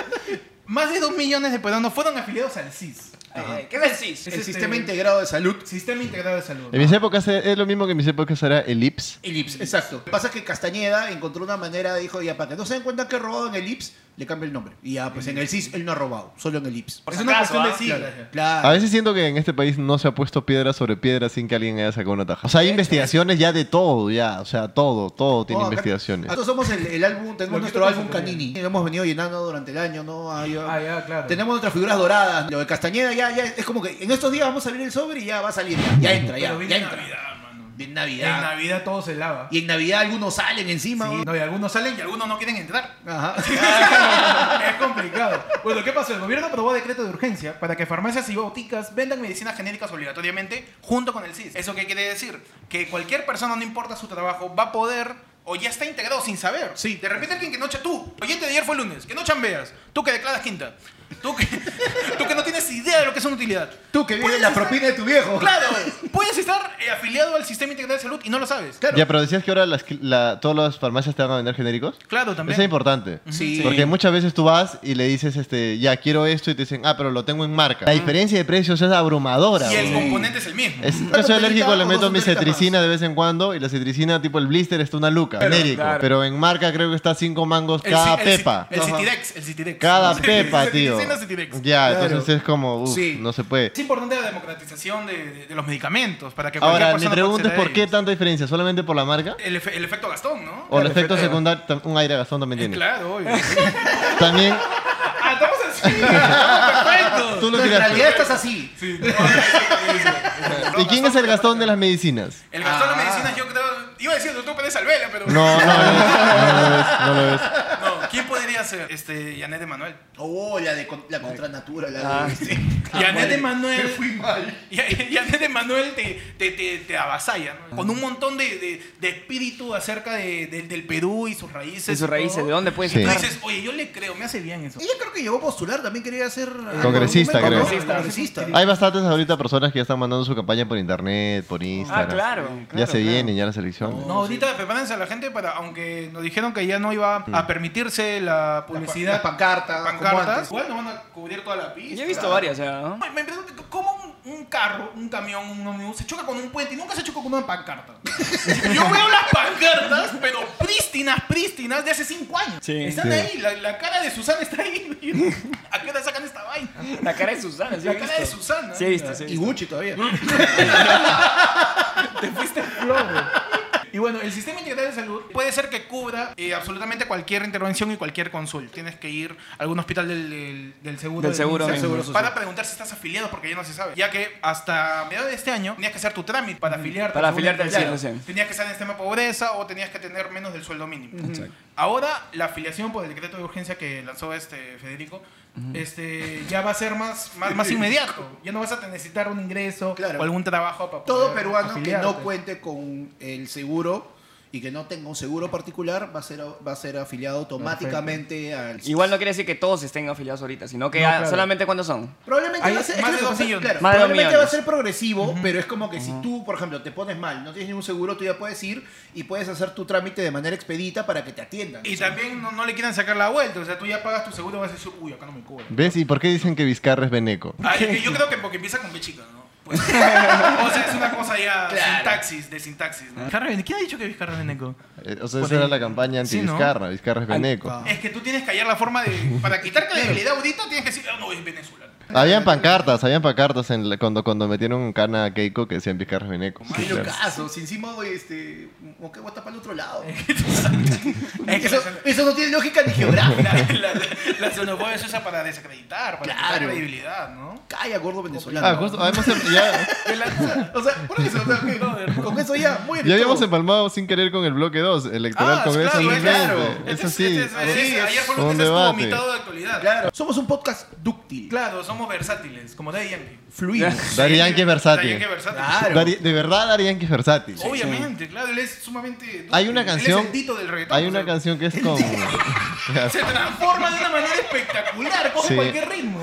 A: Más de 2 millones de peruanos fueron afiliados al SIS,
D: Ay, Eh, ¿Qué es el CIS?
C: El
A: Es este-
C: sistema integrado de salud.
A: Sistema Integrado de Salud.
B: En mis épocas e- es lo mismo que en mis épocas era el IPS.
C: El IPS, exacto. Pasa que Castañeda encontró una manera, dijo, ya, para que no se den cuenta que he robado en el IPS, le cambia el nombre. Y ya, pues en el CIS él no ha robado, solo en el IPS.
D: Por
A: es
D: si
A: una
D: acaso,
A: cuestión de
D: ¿ah?
A: siglas.
C: Claro.
B: A veces siento que en este país no se ha puesto piedra sobre piedra sin que alguien haya sacado una taja. O sea, hay investigaciones ya de todo, ya. O sea, todo, todo tiene
C: No, acá-
B: investigaciones.
C: Nosotros somos el, el álbum,
A: Lo
C: tenemos
A: que
C: nuestro
A: toca
C: álbum
A: se toca.
C: Canini. Lo hemos venido llenando durante el año, ¿no? Ah, ya.
A: Ah, ya, claro.
C: Tenemos nuestras figuras doradas. Lo de Castañeda ya, ya, es como que en estos días vamos a abrir el sobre y ya va a salir. Ya, ya entra, ya,
A: Pero viene
C: ya entra.
A: Navidad, mano.
C: En
A: En
C: Navidad.
A: Navidad todo se lava.
C: Y en Navidad algunos salen encima.
A: Sí,
C: ¿no?
A: no, y algunos salen y algunos no quieren entrar.
C: Ajá.
A: es complicado. Bueno, ¿qué pasó? El gobierno aprobó decreto de urgencia para que farmacias y boticas vendan medicinas genéricas obligatoriamente junto con el CIS. ¿Eso qué quiere decir? Que cualquier persona, no importa su trabajo, va a poder o ya está integrado sin saber.
C: Sí.
A: De repente alguien que no... cha- Tú, oyente de ayer fue lunes, que no chambeas. Tú que declaras quinta. Tú que, tú que no tienes idea de lo que es una utilidad.
C: Tú que vives
A: Puedes
C: la
A: estar-
C: propina de tu viejo.
A: Claro, puedes estar eh, afiliado al Sistema Integral de Salud y no lo sabes.
C: Claro.
B: Ya, pero decías que ahora las, la- todas las farmacias te van a vender genéricos.
A: Claro, también.
B: Eso es importante.
C: Sí.
B: Porque muchas veces tú vas y le dices, este, ya quiero esto y te dicen, ah, pero lo tengo en marca. La diferencia de precios es abrumadora.
A: Y el
B: güey.
A: componente es el mismo.
B: Es-
C: Una
B: yo soy alérgico,
C: tonterita
B: le
C: o
B: meto
C: dos
B: mi
C: tonteritas
B: cetricina de vez en cuando y la cetricina tipo el blister está una luca, genérico.
D: claro.
B: Pero en marca creo que está cinco mangos
A: El
B: cada
A: ci- el ci-
B: pepa.
A: El,
B: Ajá.
A: Citirex, el Citirex.
B: cada
A: Sí,
B: pepa,
A: el Citirex,
B: tío.
A: el Citirex.
B: Ya,
C: Claro.
B: entonces es como, uff,
C: Sí.
B: no se puede.
A: Es importante la democratización de, de- de los medicamentos para que cualquier
B: Ahora, mi
A: persona
B: pregunta es
A: pueda
B: por qué
A: acceder a
B: tanta diferencia, solamente por la marca
A: ellos. el, efe- el efecto Gastón, ¿no?
B: o el efecto secundario, tam- un aire gastón también
A: Eh,
B: tiene.
A: Claro, obvio.
B: También
A: ah, estamos así. estamos perfectos.
B: tú lo
C: No, en
B: tiraste.
C: realidad estás así.
A: Sí. No, sí, sí, sí.
B: ¿Y quién es el gastón de las medicinas?
A: El Gastón de
C: Ah.
A: medicinas, yo creo. Iba a decir el doctor Pérez Alvela, pero.
B: No, no, no, lo es, no lo es.
A: No, ¿quién podría ser? Este, Janet Emanuel. Ah,
C: Oh, la de con- la contra natura, la de.
A: Janet Emanuel.
C: Fui mal.
A: Ya- Janet Emanuel Manuel te, te, te, te avasalla, ¿no? con un montón de, de- de espíritu acerca de- de- del Perú y sus raíces.
D: De sus
A: y
D: raíces,
A: todo.
D: ¿de dónde puedes
B: Sí.
A: Y tú
D: sacar?
A: dices, oye, yo le creo, me hace bien eso.
C: Ella creo que llegó a postular, también quería ser... eh,
B: Congresista,
C: algún momento,
D: creo.
C: ¿no? Congresista.
B: Hay bastantes ahorita personas que ya están mandando su campaña por internet, por
D: Ah,
B: Instagram.
D: claro.
B: ya
D: claro,
B: se
D: claro.
B: vienen, ya las elecciones.
A: No, ahorita prepárense a la gente para, aunque nos dijeron que ya no iba
C: Mm.
A: a permitirse la publicidad,
C: Las pancartas, como
A: pancartas,
C: antes.
A: igual nos van a cubrir toda la pista.
D: Yo he visto varias, o sea, ¿no?
A: Me- Me pregunto, ¿cómo un, un carro, un camión, un ómnibus se choca con un puente y nunca se chocó con una pancarta? Yo veo las pancartas, pero prístinas, prístinas, de hace cinco años.
D: Sí.
A: Están
B: Sí.
A: ahí, la, la cara de Susana está ahí. ¿A qué hora sacan esta vaina?
D: La cara de Susana, Ah, sí. he
A: La cara de
D: visto.
A: Susana.
D: Sí, he visto, sí. he
C: Y
D: visto.
C: Gucci todavía.
A: Y bueno, el sistema integral de salud puede ser que cubra eh, absolutamente cualquier intervención y cualquier consulta. Tienes que ir a algún hospital del, del- del seguro,
D: Del seguro
A: INSS
D: mismo.
A: para preguntar si estás afiliado, porque ya no se sabe. Ya que hasta mediados de este año tenías que hacer tu trámite para afiliarte.
D: Para
A: al seguro
D: afiliarte al
A: integral.
D: 100%.
A: Tenías que estar en sistema de pobreza o tenías que tener menos del sueldo mínimo. Ahora, la afiliación por el decreto de urgencia que lanzó este Federico, este, ya va a ser más, más, más inmediato. Ya no vas a necesitar un ingreso
C: Claro.
A: o algún trabajo para
C: Todo
A: poder
C: peruano que
A: Eh, afiliarte.
C: no cuente con el seguro y que no tenga un seguro particular va a ser, va a ser afiliado automáticamente al
D: Igual no quiere decir que todos estén afiliados ahorita, sino que
A: No,
D: ah,
A: claro.
D: solamente cuando son.
C: Probablemente,
A: Hay
C: va a ser,
A: más
C: es
A: de
C: que lo
A: dos
C: que pasa-
A: millones.
C: claro,
D: Más de dos
C: probablemente va a
D: millones.
C: ser progresivo, pero es como que si tú, por ejemplo, te pones mal, no tienes ningún seguro, tú ya puedes ir y puedes hacer tu trámite de manera expedita para que te atiendan.
A: Y también no, no le quieran sacar la vuelta. O sea, tú ya pagas tu seguro y vas a decir, uy, acá no me cobran.
B: ¿Ves? ¿Y por qué dicen que Vizcarra es veneco?
A: Ah, es que yo creo que porque empieza con B chica, ¿no? Pues, o sea, es una cosa ya sintaxis, de sintaxis. ¿no? ¿Quién ha dicho que Vizcarra es veneco?
B: Eh, O sea,
A: Por
B: esa era
A: ahí.
B: la campaña
A: Pues Sí, ¿no? ah.
B: anti-Vizcarra. Vizcarra es veneco.
A: Es que tú tienes que hallar la forma de. Para quitar credibilidad ahorita, tienes que decir, ah, no, es venezolano.
B: Habían pancartas, habían pancartas en la- cuando, cuando metieron un cana a Keiko que decían Vizcarra es veneco. Sí,
C: Ay,
B: claro.
C: locazo, si encima, güey, este, ¿o qué guata para el otro lado?
A: Es que
C: Eso,
A: eso.
C: eso no tiene lógica ni geográfica.
A: La, la, la- la xenofobia es esa para desacreditar, para quitar
C: Claro.
A: credibilidad, ¿no?
C: Calla, gordo venezolano.
B: Ah, justo, además ya,
C: O sea, por eso, o sea, que con eso ya, muy
B: ya habíamos empalmado sin querer con el bloque 2 electoral
A: Ah,
B: con
A: claro,
B: eso.
A: es claro.
B: mismo. eh, Eso
A: Entonces,
B: sí.
A: este es-
C: Sí,
A: es- Ayer fue
B: un
A: un estuvo
B: debate.
A: vomitado de actualidad.
C: Claro, somos un podcast dúctil,
A: Claro, somos versátiles, como Daddy Yankee.
C: fluido.
B: Daddy Yankee es versátil.
A: Daddy Yankee es versátil.
C: Claro.
B: Dari- de verdad, Darían que es versátil.
A: Ah, Obviamente, claro, él es sumamente.
B: Hay una
A: él
B: canción-
A: Es el tito del reggaetón.
B: Hay
A: o
B: una
A: sea,
B: canción que es como.
A: Se transforma de una manera espectacular, coge
B: Sí.
A: cualquier ritmo.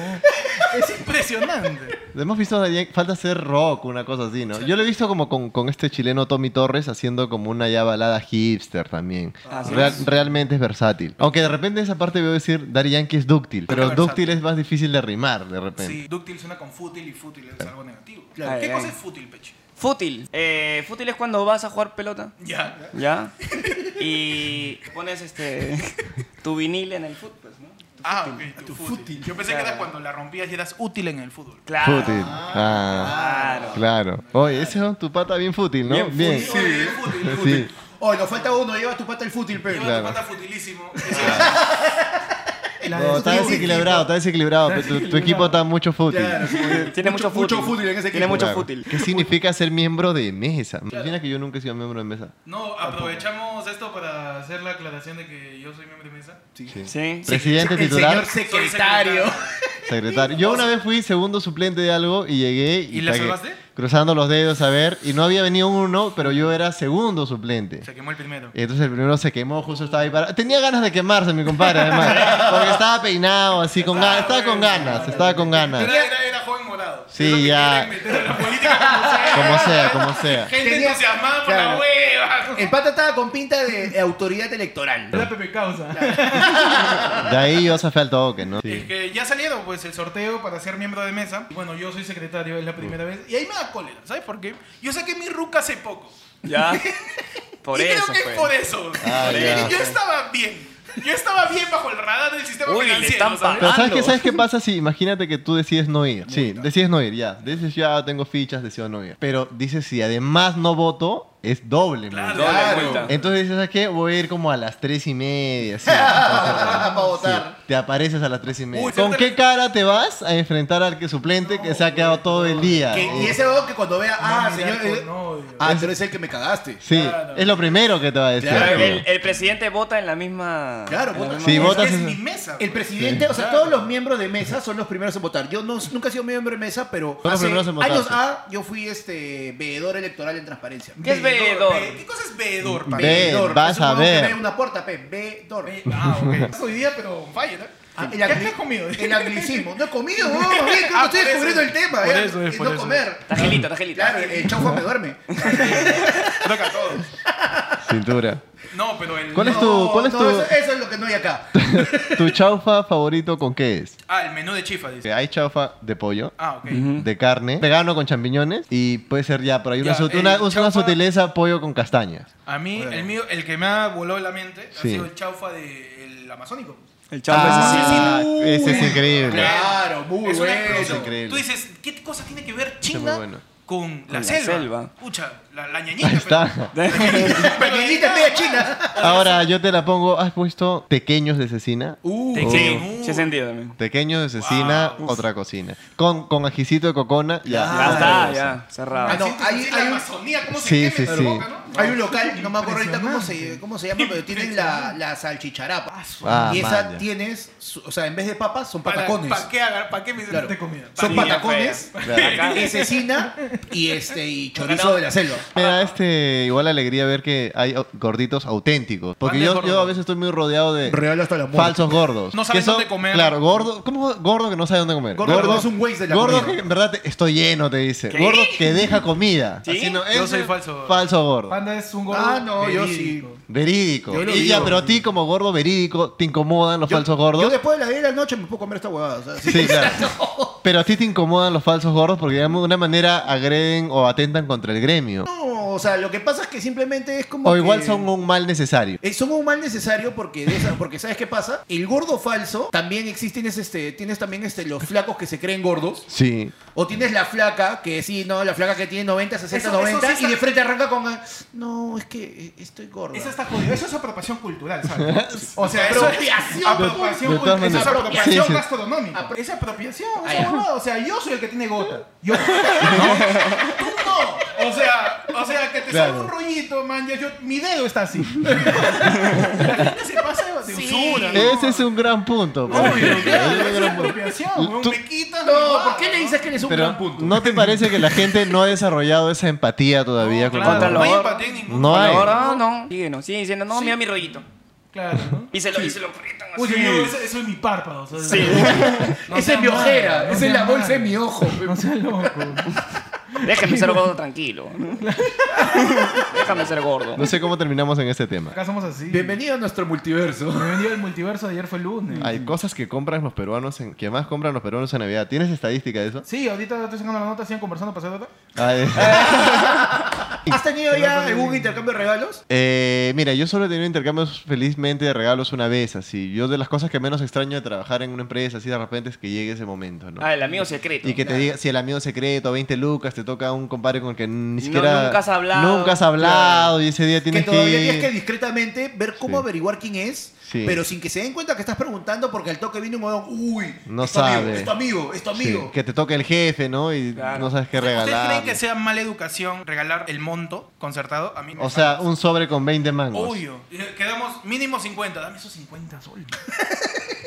A: Es impresionante.
B: Hemos visto a Daddy- falta hacer rock, una cosa así, ¿no? Yo lo he visto como con, con este chileno Tommy Torres haciendo como una ya balada hipster también.
D: Así
B: Real-
D: es.
B: Realmente es versátil. Aunque de repente esa parte veo decir Daddy Yankee es dúctil, pero
A: versátil.
B: dúctil es más difícil de rimar de repente.
A: Sí, dúctil suena con fútil y fútil es algo negativo.
D: Claro.
A: ¿Qué
D: Ay,
A: cosa
D: ay.
A: es fútil, Peche?
D: Fútil. Eh, fútil es cuando vas a jugar pelota,
A: Ya.
D: ¿ya? Y pones este tu vinil en el fútbol, pues, ¿no?
A: Ah, ok, tu fútil. Yo pensé que era
D: Claro.
A: cuando la rompías y eras útil en el fútbol.
D: Claro.
B: Fútil. Ah, claro. Oye, ese es tu pata bien fútil, ¿no?
D: Bien fútil.
B: Bien.
A: Sí, oye, es fútil, es
B: Sí.
A: fútil.
C: Hoy nos falta uno, lleva tu pata el fútil, pero.
A: Lleva
B: Claro.
A: tu pata futilísimo.
B: No, está desequilibrado, está desequilibrado. pero Tu, tu equipo está mucho fútil.
D: Tiene mucho, fútil.
C: mucho fútil en ese
D: Tiene
C: equipo.
D: mucho
B: Claro.
D: fútil.
B: ¿Qué significa ser miembro de mesa? Imagina que yo nunca he sido miembro de mesa.
A: No, aprovechamos esto para hacer la aclaración de que yo soy miembro de mesa.
D: Sí.
B: Presidente
C: El
B: titular,
C: señor
A: Soy
C: secretario.
B: secretario. Yo una vez fui segundo suplente de algo y llegué y,
A: ¿Y la
B: cagué,
A: salvaste?
B: cruzando los dedos a ver y no había venido uno, pero yo era segundo suplente.
A: Se quemó el primero.
B: Entonces el primero se quemó, justo estaba ahí parado. Tenía ganas de quemarse, mi compadre, además. Porque estaba peinado, así, con ganas. Estaba con ganas, estaba con ganas.
A: Era, era, era joven morado.
B: Sí,
A: Es lo que
B: ya.
A: quieren meter en la política
B: Como sea, como sea.
A: Gente
C: Tenía-
A: entusiasmada por
C: Claro.
A: la hueva.
C: El pata estaba con pinta de autoridad electoral.
A: La Pepe Causa.
B: De ahí yo se fue al toque, ¿no?
A: Es
B: Sí.
A: que ya salieron pues el sorteo para ser miembro de mesa. Y Bueno, yo soy secretario, es la primera vez. Y ahí me da cólera, ¿sabes por qué? Yo saqué mi ruca hace poco.
D: Ya. Por
A: y
D: eso.
A: creo que
D: pues.
A: es por eso.
B: Ah, ya.
A: yo estaba bien. Yo estaba bien bajo el radar del sistema
D: Uy, le
A: financiero.
D: están
A: ¿sabes?
B: Pero ¿sabes qué,
D: Ando.
B: ¿sabes qué pasa si imagínate que tú decides no ir? Sí, decides no ir, ya. Dices, ya tengo fichas, decido no ir. Pero dices, si además no voto, es doble. man.
A: Claro.
D: Doble
C: Claro.
D: vuelta.
B: Entonces dices, ¿sabes qué? Voy a ir como a las tres y media. sí. Ah,
C: Para
B: Sí,
C: votar.
B: te apareces a las tres y media.
A: Uy,
B: ¿Con
A: tengo
B: qué cara te vas a enfrentar al que suplente que se ha quedado todo el día?
C: Que-
B: Uh.
C: y ese huevón que cuando vea, ah, señor. eh,
A: No, Dios.
C: ah, pero es el que me cagaste.
B: Sí, es lo primero que te va a decir.
C: Claro,
B: tío.
D: El, el presidente vota en la misma.
C: Claro,
D: en la
C: vota.
D: misma-
B: Sí,
A: Es que
B: votas
A: es
B: en-
A: mi mesa.
C: El presidente, o sea, todos los miembros de mesa son los primeros en votar. Yo no, nunca he sido miembro de mesa, pero
B: los
C: hace
B: primeros en votar,
C: años
B: sí.
C: A yo fui este veedor electoral en transparencia.
D: ¿Qué es veedor?
A: ve- eh, ¿Qué cosa es veedor? pa?
B: Ve- vas
C: Es un
B: a
C: huevón que
B: ver.
C: ve una puerta, pe, veedor.
A: Ve- Ah, ok. Estás Hoy día, pero falla, ¿no?
C: Ah,
A: ¿Qué
C: angli-
A: has comido?
C: El anglicismo. No he comido, no, no
A: Ah,
C: estoy
A: por eso
C: descubriendo
A: es.
C: el tema.
A: Por
C: eh.
A: eso es,
C: Es
A: por
C: no
A: eso es.
C: comer.
D: Tajelito, tajelito.
C: Claro, eh, el chaufa me duerme.
A: Toca todo.
B: Cintura.
A: No, pero el.
B: ¿Cuál es
A: no-
B: tu- cuál es
C: no,
B: tu-
C: Eso, eso es lo que no hay acá.
B: ¿Tu chaufa favorito con qué es?
A: Ah, el menú de chifa,
B: Que
A: dice.
B: Hay chaufa de pollo,
A: Ah, ok.
B: de carne, vegano con champiñones y puede ser ya, pero hay una,
A: Ya,
B: sut-
A: el
B: una, una
A: chaufa-
B: sutileza pollo con castañas.
A: A mí, el mío, el que me ha volado la mente
B: Sí.
A: ha sido el chaufa del amazónico.
D: El chavo
B: Ah, ese es increíble.
A: Claro.
C: Claro, muy
A: es una explosión.
C: bueno.
B: increíble.
A: Tú dices, ¿qué cosa tiene que ver
B: Está
A: China
B: muy bueno.
A: con la
D: la
A: selva?
D: selva.
A: Pucha, la, la ñañita.
B: Ahí está.
A: pero- Pero la
C: Pequeñita
A: ñañita
C: media china.
B: Ahora yo te la pongo, ¿has puesto pequeños de cecina?
A: Uh,
D: Sí,
A: uh.
D: sí, sí he sentido también.
B: Pequeños de cecina,
A: Wow.
B: otra cocina. Con, con ajicito de cocona, ya.
D: Ya
C: Ah,
D: está,
C: eso.
D: ya, cerrado.
C: Ah, no,
A: Así te
C: hay-
A: sentís
C: hay
A: la
C: un-
A: Amazonía, ¿cómo se
B: Sí,
A: queme
B: sí,
A: de
B: sí.
A: boca, no?
C: Hay un local, no me acuerdo ahorita cómo se, cómo se llama, pero tienen la,
A: Impresionante.
C: la salchicharapa.
B: Ah,
C: y esa
B: man, ya.
C: tienes, su- o sea, en vez de papas, son
A: ¿Para,
C: patacones.
A: ¿Para qué, agar- para qué me
C: Claro.
A: de comida?
C: Son
A: Para-
C: patacones,
D: Acá.
C: y cecina y este y chorizo de la selva.
B: Me da este, igual la alegría ver que hay o- gorditos auténticos. Porque
A: ¿Cuál es
B: yo,
A: gordo?
B: yo a veces estoy muy rodeado de
C: Real hasta la muerte.
B: falsos gordos.
A: No saben
B: que son-
A: dónde comer.
B: Claro, gordo. ¿Cómo gordo que no sabe dónde comer?
C: Gordo que es un waste de la
B: Gordo
C: comida.
B: que en verdad te- estoy lleno, te dice.
D: ¿Qué?
B: Gordo que deja comida.
D: ¿Sí?
B: Así no,
A: Yo
B: ese
A: soy falso.
B: Falso gordo.
A: Panda es un gordo.
C: Ah, no, yo sí.
A: verídico.
B: Verídico.
C: Yo lo
B: Y ya,
C: digo.
B: pero a ti como gordo verídico te incomodan los
C: Yo-
B: falsos gordos.
C: Yo después de las 10 de la noche me puedo comer esta huevada. o sea, sí.
B: Sí, claro. Pero a ti te incomodan los falsos gordos porque de alguna manera agreden o atentan contra el gremio.
C: No, o sea, lo que pasa es que simplemente es como.
B: O igual
C: que-
B: son un mal necesario.
C: Eh, son un mal necesario porque, de esa- porque ¿sabes qué pasa? El gordo falso también existen, es este, tienes también este, los flacos que se creen gordos.
B: Sí.
C: O tienes la flaca, que sí, no, la flaca que tiene 90, 60,
A: Eso- eso
C: 90,
A: sí
C: y de
A: está-
C: frente arranca con. ah, No, es que eh, estoy gorda.
A: Eso está jodido. Eso es apropiación cultural, ¿sabes? O sea, eso es
C: Apropiación
A: apropiación
B: De
A: cultural.
B: todas
A: Eso es
B: maneras.
A: apropiación
B: Sí, sí.
A: gastronómica.
C: Apro-
A: es apropiación. esa
C: Ah, ya.
A: huevada. o sea, yo soy el que tiene gota. Yo. ¿No? Tú no. O sea, o sea, que te
B: Claro.
A: salga un rollito, man. ya Yo, mi dedo está así. La gente se pasa de usura. ¿no?
B: Ese es un gran punto. por
A: Obvio,
B: ejemplo.
A: claro, es
B: Ese es un
A: una
B: gran punto.
A: apropiación. weón,
B: Tú-
A: Me quitan. mi
C: No,
A: guada,
C: ¿por qué le dices que eres un
B: Pero
C: gran punto?
B: ¿no te parece que la gente no ha desarrollado esa empatía todavía con
A: Claro,
B: los
D: Contra
A: no
D: los
A: hay
B: gordos?
D: gordos.
A: empatía en ningún-
B: No hay.
D: No, no. Sigue, no. Sigue diciendo, no, mira mi rollito.
A: Claro, ¿no?
D: Y se lo, y se lo aprietan así.
A: Uy, yo- yo- eso, eso es mi párpado. o sea, no
C: Esa
A: sea
C: es mi
A: malo,
C: ojera,
A: no
C: esa
A: sea
C: es la bolsa
A: malo.
C: de mi ojo.
A: No sea loco.
D: Déjame ser gordo tranquilo. Déjame ser gordo.
B: No sé cómo terminamos en este tema.
A: Acá somos así.
C: Bienvenido a nuestro multiverso.
A: Bienvenido al multiverso. Ayer fue lunes.
B: Hay cosas que compran los peruanos, en, que más compran los peruanos en Navidad. ¿Tienes estadística de eso?
A: Sí, ahorita estoy sacando la nota, sigan conversando, pasé otra.
B: Ay.
C: ¿Has tenido
A: Te
C: ya
A: vas a-
C: algún intercambio de regalos?
B: Eh, mira, yo solo he tenido intercambios felizmente de regalos una vez, así. Yo de las cosas que menos extraño de trabajar en una empresa, así de repente es que llegue ese momento, ¿no?
D: Ah, el amigo secreto.
B: y que te diga, si el amigo secreto, 20 lucas, te toca un compadre con el que ni
D: No,
B: siquiera...
D: nunca has hablado.
B: Nunca has hablado y ese día
C: Que
B: tienes que,
C: todavía tienes
B: ir.
C: que discretamente ver cómo
B: Sí.
C: averiguar quién es,
B: Sí.
C: pero sin que se den cuenta que estás preguntando porque al toque viene un huevón, uy,
B: No
C: es tu amigo,
B: sabe.
C: es tu amigo, es tu
B: Sí,
C: amigo.
B: que te toque el jefe, ¿no? Y
D: Claro.
B: no sabes qué
A: ¿Ustedes
B: regalar.
A: creen que sea mala educación regalar el monto concertado? A mí me
B: O sea, pues.
A: parece.
B: un sobre con 20 mangos.
A: Obvio. Eh, Quedamos mínimo 50. Dame esos 50 soles.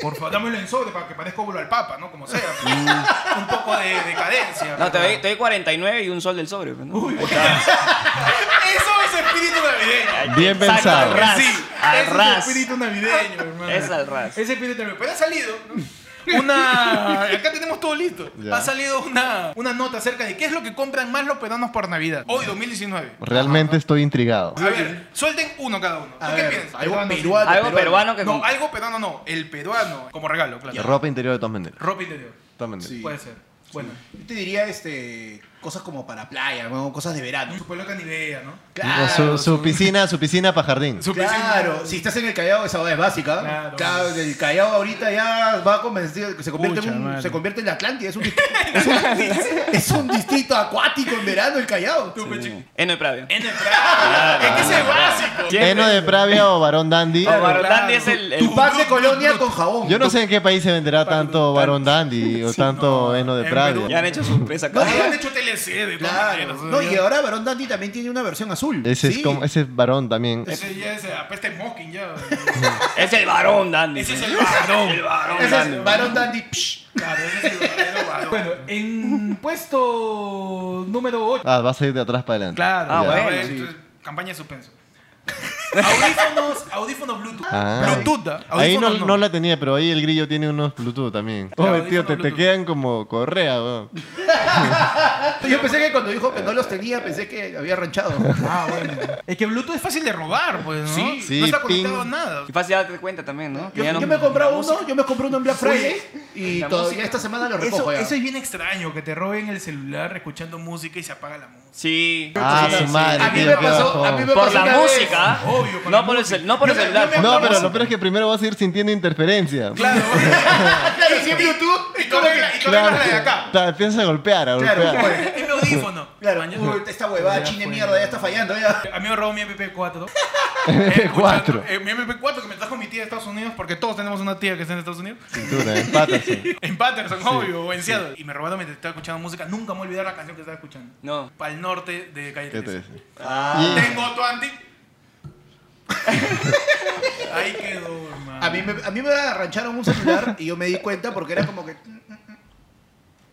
A: Por favor, dámelo en sobre para que parezca óvulo al papa, ¿no? Como sea.
B: Mm.
A: un poco de decadencia.
D: No, te
A: pero-
D: doy, te doy 49 y un sol del sobre. pues, ¿no?
A: Uy, Eso es espíritu navideño.
B: Bien
D: Saca
B: pensado.
D: al ras,
A: sí,
D: al
A: ese
D: ras.
A: es espíritu navideño, hermano.
D: Es al ras.
A: Ese espíritu navideño. Pero ha salido, ¿no? Una. Acá tenemos todo listo.
B: Ya.
A: Ha salido una, una nota acerca de qué es lo que compran más los peruanos por Navidad. Hoy, 2019.
B: Realmente estoy intrigado.
A: A ver, suelten uno cada uno.
C: A
A: ¿Tú qué
C: ver,
A: piensas?
C: algo
A: Peruano, sí.
C: peruano.
D: Algo peruano que.
A: No, algo peruano no. El peruano, como regalo, claro.
B: Ropa interior de todas maneras.
A: Ropa interior.
C: Pues,
B: De todas maneras.
C: Sí.
A: Puede ser. Bueno.
C: Yo te diría este cosas como para playa, ¿no? cosas de verano.
A: Su peluca Nivea, ¿no?
C: Claro,
B: su, su piscina, su piscina para jardín.
A: Su
C: Claro, si estás en el Callao esa es básica.
A: Claro.
C: Claro, el Callao ahorita ya va a convertir, se convierte,
F: Pucha
C: en, un-
F: madre.
C: se convierte en la Atlántida, es un, dist- es un- es un distrito acuático en verano el Callao.
A: Tu pechi-
D: Eno de Pravia.
A: pues, En el traje. Es que ese es básico.
B: Heno de Pravia o Barón Dandy.
D: Oh, Barón Dandy es el... el-
C: Tu pan de colonia con jabón.
B: Yo no sé en qué país se venderá tanto Barón Dandy o tanto Heno de
A: en Perú.
D: Ya
B: Pravia.
D: han hecho su pesa
A: No,
D: acá.
A: ya han hecho TLC de todas
C: Claro.
A: maneras.
C: No, y ahora Barón Dandy también tiene una versión azul.
B: Ese es
C: Sí.
B: como, ese es Barón también.
A: Ese ya es apesta smoking ya.
D: Es el varón Dandy.
A: Ese es el varón.
D: El varón
C: Ese
D: Dandy.
C: es Barón Dandy. psh.
A: Claro, ese es el verdadero varón. Bueno,
C: eh,
A: en puesto número 8.
B: Ah, vas a ir de atrás para adelante.
A: Claro.
D: Ah,
A: ya.
D: bueno,
A: Ahora,
D: sí.
A: entonces, Campaña de suspenso. audífonos, audífonos Bluetooth.
B: Ah.
A: Bluetooth. ¿ah?
B: Ahí no,
A: Audífonos
B: no la tenía, pero ahí el grillo tiene unos Bluetooth también.
A: Claro,
B: Oye, tío, te, te
A: Bluetooth.
B: quedan como correa, weón.
C: Yo pensé que cuando dijo que no los tenía, pensé que había ranchado.
A: Ah, bueno. Es que Bluetooth es fácil de robar, pues, ¿no?
C: Sí.
B: Sí,
A: no está conectado
B: ping.
A: a nada.
D: Y fácil darte cuenta también, ¿no?
C: Yo,
D: Ya no-
C: yo me he comprado uno, yo me compré uno en Black Friday y
D: La
C: todavía
D: música.
C: esta semana lo
A: Eso,
C: recojo ya.
A: eso es bien extraño, que te roben el celular escuchando música y se apaga la música.
D: Sí.
B: Ah,
D: Sí,
B: su
D: sí.
B: madre.
C: A mí
B: tío,
C: me
B: qué
C: pasó, a
B: bajón.
C: mí me
D: Por
C: pasó
D: la
C: una vez.
D: música.
A: Obvio, por la
D: No por el
A: música.
D: cel- no por el
A: Yo- yo
D: celular. pues.
A: me-
B: No, pero
A: Vamos.
B: lo peor es que primero vas a ir sintiendo interferencia.
A: Claro,
C: Ah, Claro, si es Bluetooth,
A: y tú arreglas- y tú arreglas la de acá. eh,
B: Ta- empiezas a golpear, a
C: Claro,
B: golpear.
C: bueno.
A: Es mi audífono.
C: Claro, uy, esta huevada chine mierda ya está fallando ya.
A: A mí me robó mi MP4.
B: MP4.
A: Escuchando, eh, mi MP4 que me trajo mi tía de Estados Unidos, porque todos tenemos una tía que está en Estados Unidos.
B: Cintura, empátase.
A: En Patterson, obvio, o en Seattle. Y me robaron mientras estaba escuchando música. Nunca me voy a olvidar la canción que estaba escuchando.
D: No.
A: Pal norte de Calle
B: ¿Qué te
A: 13.
B: dice?
D: Ah.
A: Tengo tu anti. Ahí quedó, hermano.
C: A mí, me, a mí me arrancharon un celular y yo me di cuenta porque era como que.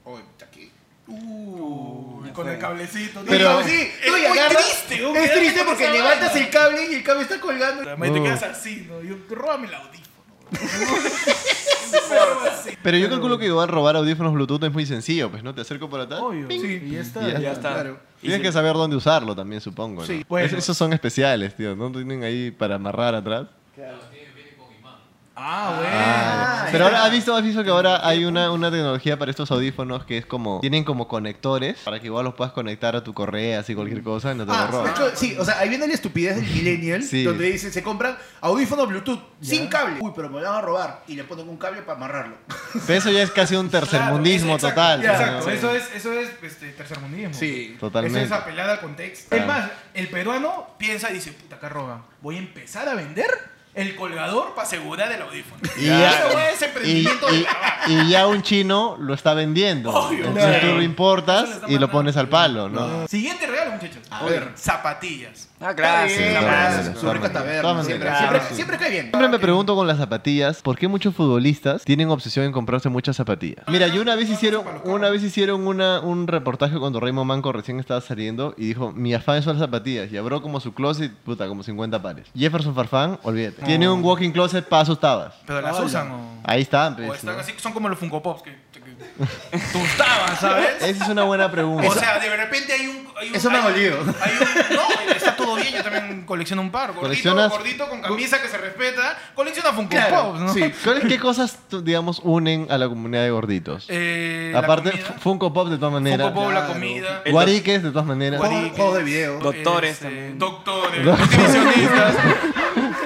C: Uy, está aquí.
A: Uy, con el cablecito.
C: Pero
B: Pero-
C: sí,
A: es
C: no, y
A: muy
C: agarras-
A: triste, un-
C: Es triste
A: con
C: porque
A: esa
C: levantas
A: vaina.
C: el cable y el cable está colgando.
A: Me te
B: Uh.
A: quedas así, ¿no? Yo, róbame el audífono. bro. Me robo así.
B: Pero yo calculo que igual robar audífonos Bluetooth es muy sencillo, pues, ¿no? Te acerco por atrás.
A: Obvio,
B: ping.
A: sí, y ya está.
B: Y ya
D: Ya está.
C: Claro.
D: Y
B: Tienes
D: sí.
B: que saber dónde usarlo también, supongo. ¿no?
C: Sí.
A: Bueno.
B: Es- esos son especiales, tío. No tienen ahí para amarrar atrás.
A: Ah, bueno.
B: Ah, ya. Pero ahora has visto, has visto que ahora hay una, una tecnología para estos audífonos que es como. Tienen como conectores para que igual los puedas conectar a tu correa, así cualquier cosa, y no te
C: Ah,
B: lo roban.
C: de hecho, sí, o sea, ahí viene la estupidez del millennial,
B: Sí.
C: donde dicen, se compran audífonos Bluetooth sin cable. Uy, pero me lo van a robar. Y le ponen un cable para amarrarlo.
B: Pero eso ya es casi un tercermundismo
A: Claro, exacto,
B: total.
A: ya,
B: ¿no?
A: Exacto, eso es, eso es este, tercermundismo.
C: Sí.
B: Totalmente.
A: Eso es apelada al contexto.
C: Ah.
B: Claro.
A: Es más, el peruano piensa y dice, puta, acá roban. Voy a empezar a vender el colgador para asegurar el audífono.
B: Y
A: Esa
B: ya,
A: hueá es
B: y,
A: emprendimiento de
B: y-
A: la-
B: y ya un chino lo está vendiendo.
A: Obvio,
B: Entonces
A: claro.
B: tú lo
A: Eso le
B: importas
A: está
B: y lo
A: mandando.
B: pones al palo, ¿no?
A: Siguiente regalo, muchachos. A
C: ver.
A: Zapatillas. Ah,
D: Ah, gracias.
B: Sí,
C: Tabernas,
B: claro,
C: su rica
B: claro.
C: taberna.
B: Claro.
C: Siempre,
D: Claro.
C: siempre, siempre cae bien.
B: Siempre me pregunto con las zapatillas, ¿por qué muchos futbolistas tienen obsesión en comprarse muchas zapatillas? Mira, yo una vez hicieron, una vez hicieron una, un reportaje cuando Raymond Manco recién estaba saliendo y dijo, mi afán son las zapatillas. Y abrió como su closet, puta, como 50 pares. Jefferson Farfán, olvídate. Tiene un walking closet para sus tabas.
A: Pero las usan o...
B: Ahí están,
A: o
B: pues,
A: están
B: ¿no?
A: así, son como los Funko Pops que, que tustaban, ¿sabes?
B: Esa es una buena pregunta.
A: O sea, de repente hay un... Hay un
C: Eso me ha
A: hay un-
C: dolido.
A: hay un- no, está todo bien, yo también colecciono un par. Gordito,
B: Coleccionas-
A: gordito con camisa que se respeta, colecciona Funko
C: Claro,
A: Pops, ¿no?
C: sí.
B: ¿Cuáles qué cosas, tú, digamos, unen a la comunidad de gorditos?
A: Eh, la
B: Aparte,
A: comida.
B: Fu- Funko Pop de todas maneras.
A: Funko Pop, la
C: claro.
A: comida.
D: El-
B: Guariques de todas maneras.
A: Guari-
C: Juegos juegos de video.
D: Doctores
A: este,
D: también.
A: Doctores, nutricionistas.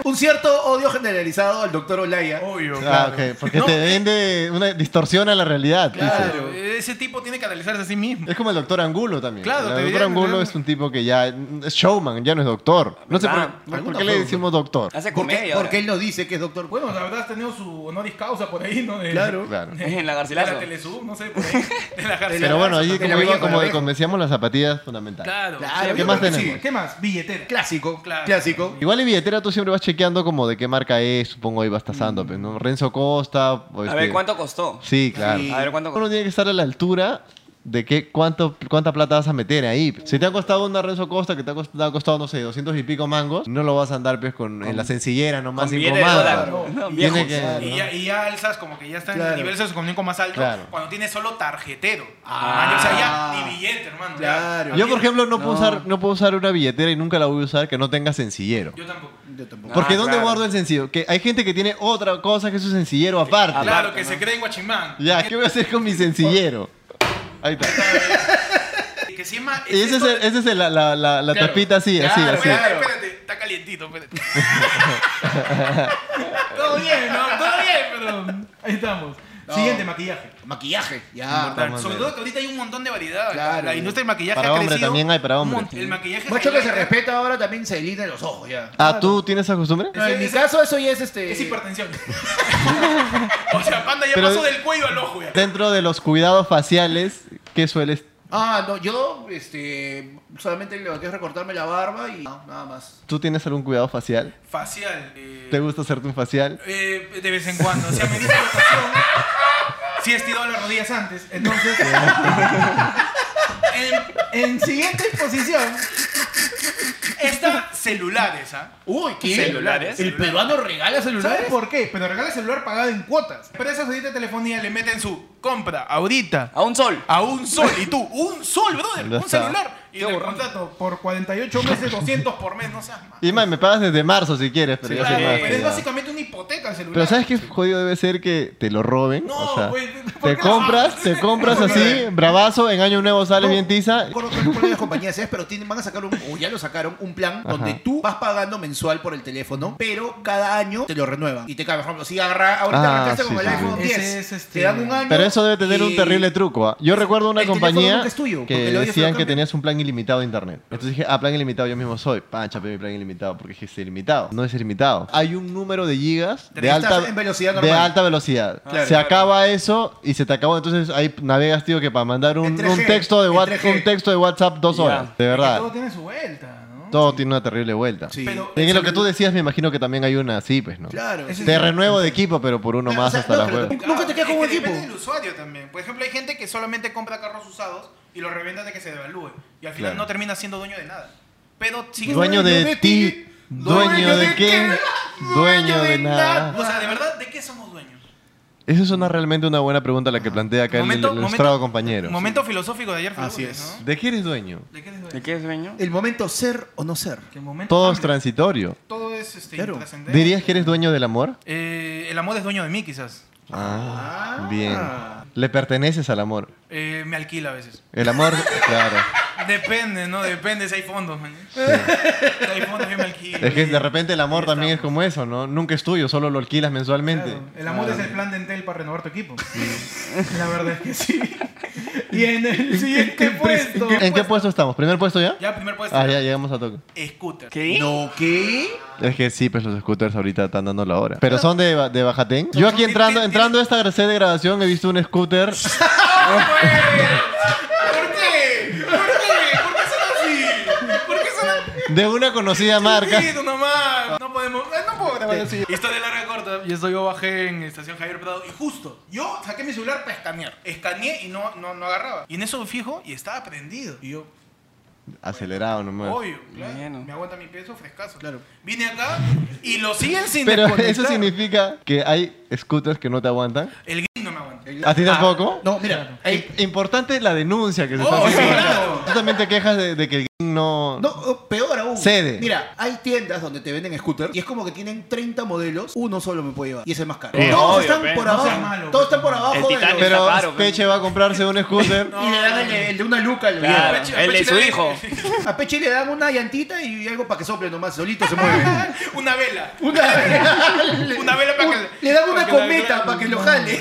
C: Un cierto odio generalizado al doctor Olaya.
A: Obvio,
B: Ah,
A: claro.
B: ok, porque
A: No,
B: te vende una distorsión a la realidad. dices.
A: claro, Ese tipo tiene que analizarse a sí mismo.
B: Es como el doctor Angulo también.
A: Claro, te
B: el doctor
A: diría-
B: Angulo es un tipo que ya es showman, ya no es doctor. No sé
D: ¿Verdad?
B: por, por
C: Algunos
B: qué le
C: son-
B: decimos doctor.
D: Hace
C: ¿Por qué?
D: comedia.
C: Porque
D: ahora.
C: él nos dice que es doctor.
A: Bueno, la verdad has tenido su honoris causa por ahí, ¿no? De-
C: Claro.
B: Claro.
D: En la
A: De la
D: Garcilaso.
A: Telesub, no sé, por ahí. De la Garcilaso.
B: Pero bueno, ahí
C: de la
B: como, digo,
C: vieja,
B: como
C: de la
B: decíamos, las zapatillas fundamentales.
A: Claro.
C: Claro,
A: Sí,
B: ¿qué
A: yo
B: más
A: creo que
B: tenemos?
A: sí. ¿Qué más? Billetera.
C: Clásico.
A: Claro.
C: Clásico.
B: Igual en billetera tú siempre vas chequeando como de qué marca es, supongo ahí vas
A: Mm.
B: tasando, pues, ¿no? Renzo Costa. o
D: A
B: este-
D: ver, ¿cuánto costó?
B: Sí, claro.
C: Sí.
D: A ver, ¿cuánto
B: Uno
D: costó?
B: tiene que estar a la altura de qué, cuánto, cuánta plata vas a meter ahí. Si te ha costado una Renzo Costa que te ha cost- te ha costado, no sé, 200 y pico mangos, no lo vas a andar pues con, en la sencillera nomás
D: Con
B: sin
D: billete de
B: pomada.
D: dólar. No,
A: Claro.
D: viejos.
B: Tiene que-
A: Y ya, y ya alzas como que ya está en
C: Claro.
A: el nivel socioeconómico más alto
B: Claro.
A: cuando tienes solo tarjetero.
C: Ah.
A: o sea, ya ni billete, hermano. ya.
C: Claro.
B: Yo, por ejemplo, no, Puedo
D: No.
B: usar, no puedo usar una billetera y nunca la voy a usar que no tenga sencillero.
A: Yo tampoco.
C: Yo tampoco.
B: Porque
D: Ah,
B: ¿dónde
D: claro.
B: guardo el sencillo? Que hay gente que tiene otra cosa que es su sencillero aparte.
D: Aparte.
A: ah, Claro, que se cree en Guachimán.
B: Ya, ¿qué voy a hacer con mi sencillero? Ahí está.
A: Que que si es más.
B: Y ese es,
A: esto-
B: el- ese es el- la, la- la- la
F: Claro.
B: tapita así, así,
F: Claro,
B: así.
A: Espérate,
F: claro.
A: espérate, está calientito, espérate. todo bien, ¿no? Todo bien,
B: Ah,
A: pero. Ahí estamos.
C: No.
A: Siguiente, maquillaje.
C: Maquillaje, ya.
B: Importante.
A: Importante. Sobre todo que ahorita hay un montón de variedad.
C: Claro.
A: la industria del maquillaje
B: Para
A: ha
B: hombre
A: crecido.
B: también hay, para
A: un
B: hombre.
A: mon- El maquillaje
C: Mucho que se
A: highlighter
C: respeta ahora también se delinean los ojos ya.
B: Ah, ¿tú tienes esa costumbre?
C: No, en mi
A: ese-
C: caso eso ya es este...
A: Es hipertensión. o sea, panda ya
B: Pero-
A: pasó del cuello al ojo ya.
B: Dentro de los cuidados faciales, ¿qué sueles?
C: Ah, no, yo este, solamente lo que es recortarme la barba y no, nada más.
B: ¿Tú tienes algún cuidado facial?
A: Facial. eh,
B: ¿Te gusta hacerte un facial?
A: eh, de vez en cuando. O sea, me dice rotación. Sí he estirado las rodillas antes. Entonces. en, en siguiente posición. Está celulares, ¿ah?
C: Uy, ¿qué?
D: ¿Celulares?
C: ¿El peruano regala
A: ¿Sabes
C: celulares?
A: por qué? Pero regala celular pagado en cuotas. Empresas ahorita de telefonía le meten su compra ahorita
D: A un sol.
A: a un sol. Y tú, un sol, brother,
B: Ya
A: un
B: está.
A: celular. Y el contrato por 48 meses, 200 por mes, no seas más.
B: Y más, me pagas desde marzo si quieres, pero yo soy
A: Claro,
B: más
A: pero es
B: cuidado.
A: básicamente una hipoteca el celular.
B: Pero ¿sabes qué jodido debe ser que te lo roben?
A: No,
B: o sea,
A: güey, ¿por
B: te
A: qué lo
B: compras,
A: haces?
B: te compras
A: No,
B: así,
A: brother.
B: bravazo, en año nuevo sales bien tiza.
C: No conozco cuál de las compañías es, pero tienen, van a sacar un, o ya lo sacaron, un plan donde tú vas pagando mensual por el teléfono, pero cada año te lo renuevan. Y te cae, por ejemplo, si agarra, ahorita
B: Ah,
C: arrancaste con
B: sí,
C: el
B: sí,
C: iPhone
A: sí.
C: 10,
A: Ese es, este,
C: te dan un año.
B: Pero eso debe tener un
C: y-
B: terrible truco. ¿ah? Yo recuerdo una
C: el teléfono
B: compañía
C: nunca es tuyo, porque
B: que
C: el audio se lo
B: decían que
C: cambian.
B: tenías un plan ilimitado de internet. Entonces dije, ah, plan ilimitado, yo mismo soy. Pancha, mi plan ilimitado, porque es ilimitado. No es ilimitado. Hay un número de gigas de
C: Estás
B: alta,
C: en velocidad
B: de
C: normal. Ah,
B: alta velocidad.
C: claro,
B: se
C: claro.
B: acaba eso y se te acabó. Entonces ahí navegas, tío, que para mandar un,
C: En 3G,
B: un texto, de
C: en
B: What-
C: 3G.
B: un texto de WhatsApp dos
D: Ya.
B: horas. De
A: Que
B: verdad.
A: Todo tiene su vuelta, ¿no?
B: Todo tiene una terrible vuelta.
C: Sí.
A: Pero-
B: Y en lo que tú decías, me imagino que también hay una así, pues, ¿no?
C: Claro.
A: Ese-
B: Te renuevo de equipo, pero por uno
C: Claro,
B: más
C: o sea,
B: hasta
C: no,
B: la
C: pero
B: juega.
C: Nunca te quedas con
A: Es
C: un
A: que Depende
C: equipo.
A: del usuario también. Por ejemplo, hay gente que solamente compra carros usados y los revende de que se devalúe. Y al final
B: Claro.
A: no termina siendo dueño de nada. Pero sigue
B: Dueño de ti, dueño de qué, dueño de nada.
A: O sea, de verdad, ¿de qué somos dueños?
B: Esa es una, realmente una buena pregunta la que plantea acá el- el ilustrado compañero.
A: Momento filosófico de ayer,
C: Así
A: Fernández,
C: es.
A: ¿no?
B: ¿De qué eres dueño?
A: ¿De qué eres dueño?
D: ¿De qué sueño?
C: El momento ser o no ser.
A: Que el momento
B: Todo es
A: cambia.
B: transitorio.
A: Todo es este,
C: Claro.
A: intrascendente.
B: ¿Dirías que eres dueño del amor?
A: Eh, el amor es dueño de mí, quizás.
B: Ah, bien. Le perteneces al amor.
A: Eh, me alquila a veces.
B: El amor, claro.
A: Depende, ¿no? Depende si hay fondos, man. Si hay fondos, yo me alquilo.
B: Es que de repente el amor
A: Ahí
B: también es
A: estamos.
B: como eso, ¿no? Nunca es tuyo, solo lo alquilas mensualmente.
A: Claro, El amor es el plan de Entel para renovar tu equipo. La verdad es que sí. Y en el siguiente puesto.
B: ¿En qué puesto estamos? ¿Primer puesto ya?
A: Ya, primer puesto.
B: Ah, ya llegamos a toque.
A: Scooter.
D: ¿Qué?
C: No, ¿qué?
B: Es que sí, pues los scooters ahorita están dando la hora. Pero son de, ba- de Bajatén. Yo aquí
A: son-
B: entrando,
A: tien-
B: entrando a esta sede de grabación he visto un scooter.
A: ¿Por qué? ¿Por qué? ¿Por qué son así? ¿Por qué son así?
B: De una conocida marca.
A: Chiquito nomás. No podemos. eh, No puedo grabar así. Historia larga corta. Y esto yo bajé en estación Javier Prado. Y justo, yo saqué mi celular para escanear. Escaneé y no, no, no agarraba. Y en eso me fijo y estaba prendido. Y yo,
B: Acelerado nomás.
A: obvio, claro.
D: Bueno.
A: Me aguanta mi peso frescazo.
C: Claro.
A: Vine acá y lo siguen sin
B: Pero eso
A: desconectar.
B: significa que hay scooters que no te aguantan.
A: El gringo no me aguanta.
B: ¿A ti tampoco?
C: Ah, No, mira. ahí-
B: Importante la denuncia que se
A: Ah, Oh,
B: está
A: sí,
B: haciendo.
A: claro.
B: Tú también te quejas de, de que el green no...
C: No, o peor aún.
B: Sede.
C: Mira, hay tiendas donde te venden scooter y es como que tienen 30 modelos, uno solo me puede llevar y es el más caro.
D: Eh,
C: todos
D: obvio,
C: están
D: pe.
C: por
A: No
C: abajo.
A: seas malo,
C: todos
A: pe.
C: están por abajo
D: El
C: de
D: Titanic.
C: los-
B: Pero
D: está caro,
B: Peche va a comprarse un scooter.
C: y le dan el, de- el de una luca al
D: Claro,
C: viejo.
D: el de su hijo.
C: A Pechi le dan una llantita y algo para que sople nomás, solito se mueve.
A: Una vela.
C: Una,
A: Una vela para que-
C: le dan una
A: para que la-
C: cometa para que lo jale.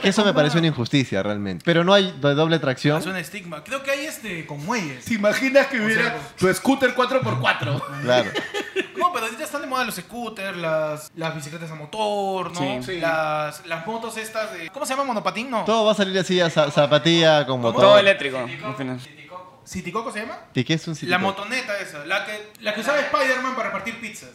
B: Que Eso me parece una injusticia realmente. Pero no hay de doble tracción.
A: Es un estigma. Creo que hay este con muelles.
C: ¿Te imaginas que hubiera
A: sea,
C: tu scooter 4x4?
B: Claro.
A: No, pero ahorita están de moda los scooters, las, las bicicletas a motor, ¿no?
D: Sí.
C: Sí.
A: Las, las motos estas de. ¿Cómo se llama? ¿Monopatín? No.
B: Todo va a salir así, a za- zapatilla, con motor.
D: Todo eléctrico. al final.
A: ¿Citicoco se llama?
B: ¿Y qué es un sitio?
A: La motoneta esa, la que, la que usaba Spider-Man para repartir pizzas.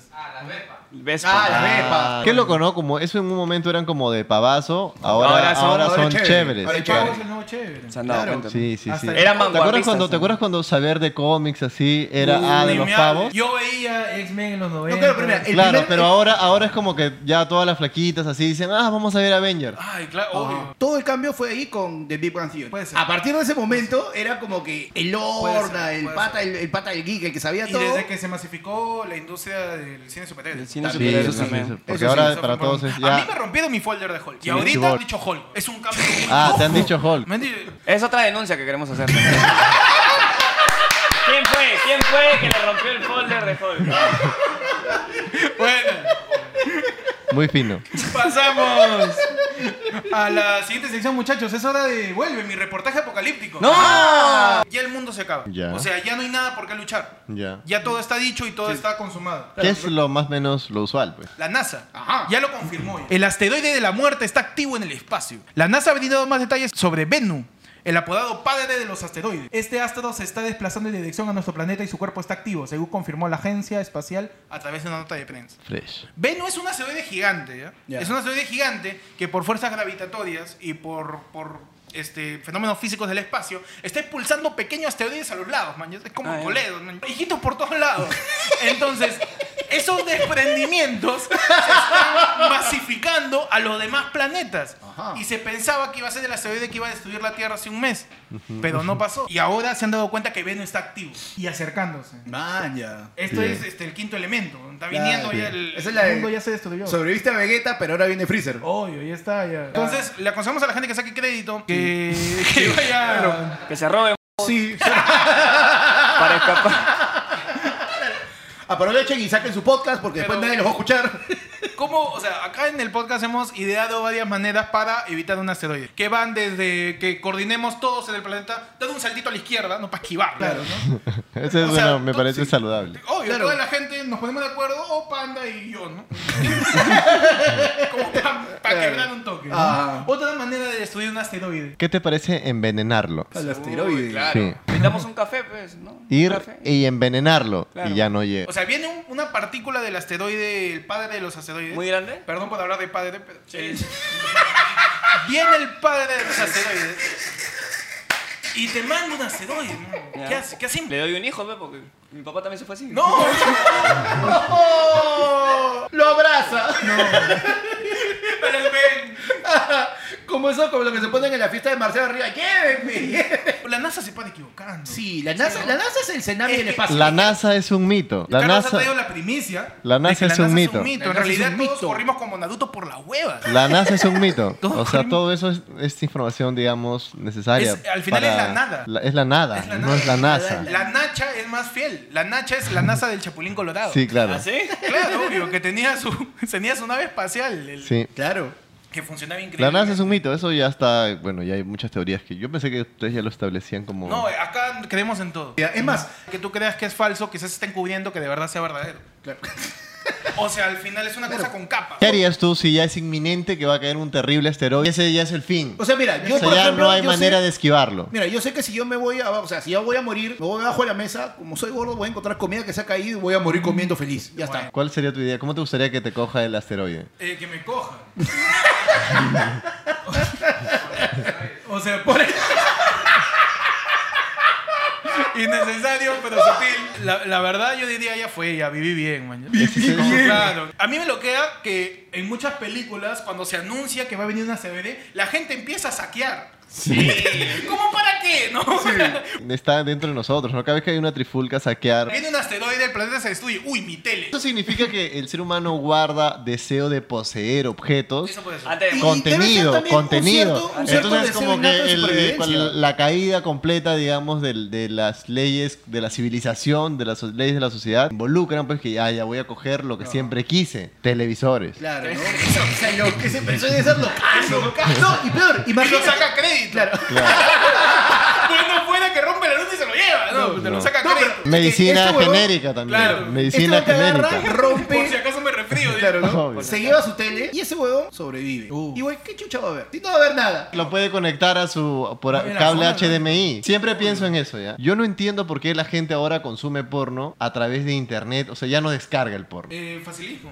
D: Vespa.
C: Ah, la ve- Pepa.
B: Qué loco, ¿no? Como eso en un momento eran como de pavazo, ahora, ahora
D: Ahora
B: son,
D: son-
C: ahora chévere.
B: chéveres.
C: Ahora
A: El pavo es el nuevo chévere.
D: Se han dado
C: Claro.
D: cuenta.
B: Sí, sí, sí.
A: Hasta
D: Eran
B: ¿Te acuerdas,
D: vanguardistas,
B: cuando, ¿Te
D: ¿no?
B: acuerdas cuando saber de cómics así era ah, de
A: Ni
B: los
A: me hable.
B: pavos?
A: Yo veía X-Men en los 90.
C: claro, pero mira, el-
B: Claro,
C: primer-
B: pero ahora, ahora es como que ya todas las flaquitas así dicen, ah, vamos a ver Avengers.
A: Ay, claro, obvio.
C: Todo el cambio fue ahí con The Big Bang Theory.
A: Puede ser.
C: A partir de ese momento era como que el
F: Puede
C: Yorna,
F: ser,
C: el
F: puede
C: pata, el, el pata del geek, el que sabía
F: Y
C: todo.
F: desde que se masificó la industria del cine
D: El
F: superhéroe.
D: cine
B: Sí,
D: superhéroe
B: sí,
D: también.
B: sí, sí, Porque
F: Ah, Eso sí,
B: ahora
F: eso
B: para
F: fue
B: todos
F: por-
B: es
F: A
B: ya.
F: mí me rompieron mi folder de Hulk. Y
B: Sí,
F: ahorita
B: Cyborg.
F: han dicho Hulk. Es un cambio.
B: Ah, te han
F: ¡Ojo!
B: dicho Hulk.
F: Me han dicho-
D: Es otra denuncia que queremos hacer. ¿Quién fue? ¿Quién fue que le rompió el folder de Hulk?
F: Bueno,
B: Muy fino.
F: pasamos a la siguiente sección, muchachos. Es hora de vuelve mi reportaje apocalíptico.
D: ¡No!
B: ¡Ah!
F: Ya el mundo se acaba.
B: Ya.
F: O sea, ya no hay nada por qué luchar.
B: Ya.
F: Ya todo está dicho y todo está consumado.
B: ¿Qué es lo más menos lo usual, pues?
F: La NASA
C: Ajá.
F: ya lo confirmó. ya. El asteroide de la muerte está activo en el espacio. La NASA ha brindado más detalles sobre Bennu, el apodado padre de los asteroides. Este astro se está desplazando en dirección a nuestro planeta y su cuerpo está activo, según confirmó la agencia espacial a través de una nota de prensa.
B: Fresh.
F: Venus es un asteroide gigante, ¿ya?
C: Ya.
F: Es un asteroide gigante que por fuerzas gravitatorias y por, por este, fenómenos físicos del espacio está impulsando pequeños asteroides a los lados, man. Es como
D: Ah, ya.
F: coledos, man. Hijitos por todos lados. Entonces, esos desprendimientos se están masificando a los demás planetas.
C: Ajá.
F: Y se pensaba que iba a ser el asteroide que iba a destruir la Tierra hace un mes, pero no pasó. Y ahora se han dado cuenta que Venus está activo y acercándose.
C: Man, ya.
F: Esto
B: Bien.
F: es este, el quinto elemento. Está
C: Claro.
F: viniendo ya
C: Sí.
F: el,
C: Esa es la de-
F: mundo ya se destruyó.
C: Sobreviviste a Vegeta, pero ahora viene Freezer.
F: Obvio, ya está.
C: Ah.
F: Ya. Entonces, le aconsejamos a la gente que saque crédito que, que vaya.
D: Que se robe
C: Sí.
D: para escapar.
C: Aprovechen y saquen su podcast porque después
F: Pero-
C: nadie los va a escuchar.
F: ¿Cómo? O sea, acá en el podcast hemos ideado varias maneras para evitar un asteroide. Que van desde que coordinemos todos en el planeta, dando un saltito a la izquierda, no para esquivar. Claro, ¿no?
B: Ese es
F: O sea,
B: bueno, me
F: tú-
B: parece
F: sí.
B: saludable.
F: Obvio,
C: Claro.
F: toda la gente nos ponemos de acuerdo, o Panda y yo, ¿no? Como para quebrar un toque. ¿no?
C: Ah.
F: Otra manera de destruir un asteroide.
B: ¿Qué te parece envenenarlo?
F: Pues,
C: Al asteroide.
B: Sí.
D: Invitamos un café, pues, ¿no? Un
B: Ir e-
D: café.
B: y envenenarlo
D: Claro.
B: y ya no llega.
F: O sea, viene un- una partícula del asteroide, el padre de los asteroides.
D: ¿Muy grande?
F: Perdón por hablar de padre, pero. Viene el padre de los asteroides y te manda un asteroide. ¿no?
D: Ya.
F: ¿Qué hace? ¿Qué hacemos?
D: Le doy un hijo, pues, porque mi papá también se fue así.
F: ¡No!
C: ¡Lo abraza!
F: Pero ven,
C: Como eso, como lo que se ponen en la fiesta de Marcelo Arriba. ¡Llévenme!
F: La NASA se puede equivocando.
C: Sí, la NASA, la NASA es el cename
F: Es
C: del
F: que-
C: espacio.
B: La NASA es un mito. La
F: Carlos ha
B: NASA,
F: traído la primicia.
B: La NASA
F: de que
B: es un mito.
C: La
F: En
C: NASA es
F: realidad,
C: un
F: todos
C: mito.
F: corrimos como Naruto por la hueva.
B: la NASA es un mito.
F: Todo
B: O sea,
F: corrimos.
B: todo eso es, es información, digamos, necesaria.
F: Es- al final es la nada.
B: la- es la nada,
F: Es la
B: no
F: nada.
B: es la NASA.
F: La Nacha es más fiel. La Nacha es la NASA del Chapulín Colorado.
B: Sí, claro.
D: ¿Ah, sí?
F: Claro, obvio, que tenía su, tenía su nave espacial. el-
B: Sí.
C: Claro.
F: Que funcionaba increíble.
B: La NASA es un mito, eso ya está, bueno, ya hay muchas teorías que yo pensé que ustedes ya lo establecían como...
F: No, eh, acá creemos en todo.
C: Ya, Es más,
F: Que tú creas que es falso, quizás estén cubriendo que de verdad sea verdadero.
C: Claro.
F: O sea, al final es una cosa con capa.
B: ¿Qué harías tú si ya es inminente que va a caer un terrible asteroide? Ese ya es el fin.
C: o sea, mira, yo
B: O sea,
C: por
B: ya
C: ejemplo,
B: no hay
C: yo
B: manera
C: sé-
B: de esquivarlo.
C: Mira, yo sé que si yo me voy a, o sea, si yo voy a morir, me voy abajo de la mesa, como soy gordo, voy a encontrar comida que se ha caído y voy a morir comiendo feliz. Ya está.
B: ¿Cuál sería tu idea? ¿Cómo te gustaría que te coja el asteroide?
F: Eh, que me coja. o sea, por Innecesario, pero sutil. La, la verdad, yo diría, ya fue, ya viví bien, man. Viví
B: bien.
F: Claro. A mí me lo queda que en muchas películas, cuando se anuncia que va a venir una CBD, la gente empieza a saquear. Sí. ¿Cómo para qué? ¿No?
B: Está dentro de nosotros, ¿no? Cada vez que hay una trifulca saquear...
F: Viene un asteroide, el planeta se destruye. Uy, mi tele.
B: Eso significa que el ser humano guarda deseo de poseer objetos
F: Eso puede ser.
D: Antes de-
C: Y- debe ser
B: contenido,
C: también un
B: contenido.
C: cierto- un cierto
B: Entonces,
C: deseo
B: como
C: innato
B: que
C: de
B: el-
C: supervivencia.
B: cual- la caída completa, digamos, del- de, las leyes de la civilización, de las so- leyes de la sociedad, involucran, pues, que ya, ya voy a coger lo que siempre quise: televisores.
C: Claro, ¿no? O sea, lo que se pensó de ser locazo. No, y peor, y
F: Y no
C: Marcelo
F: saca crédito.
C: Claro.
F: Bueno, fuera que rompe la luz y se lo lleva. No, te lo
B: no.
F: saca
C: No,
F: crédito.
C: pero-
B: Medicina
C: Este huevón-
B: genérica también.
F: Claro.
B: Medicina
C: Este huevón que agarra-
B: genérica.
F: Por si
C: rompe.
F: acaso me refrío.
C: Claro, ¿no?
B: Obvio.
C: Se lleva su tele y ese huevón sobrevive.
F: Uh.
C: Y güey, ¿qué chucha va a ver? Si no va a ver nada.
B: Lo puede conectar a su por
F: Oye, la
B: cable
F: zona, ¿no?
B: HDMI. Siempre pienso en eso, ¿ya? Yo no entiendo por qué la gente ahora consume porno a través de internet. O sea, ya no descarga el porno.
F: Eh, facilismo.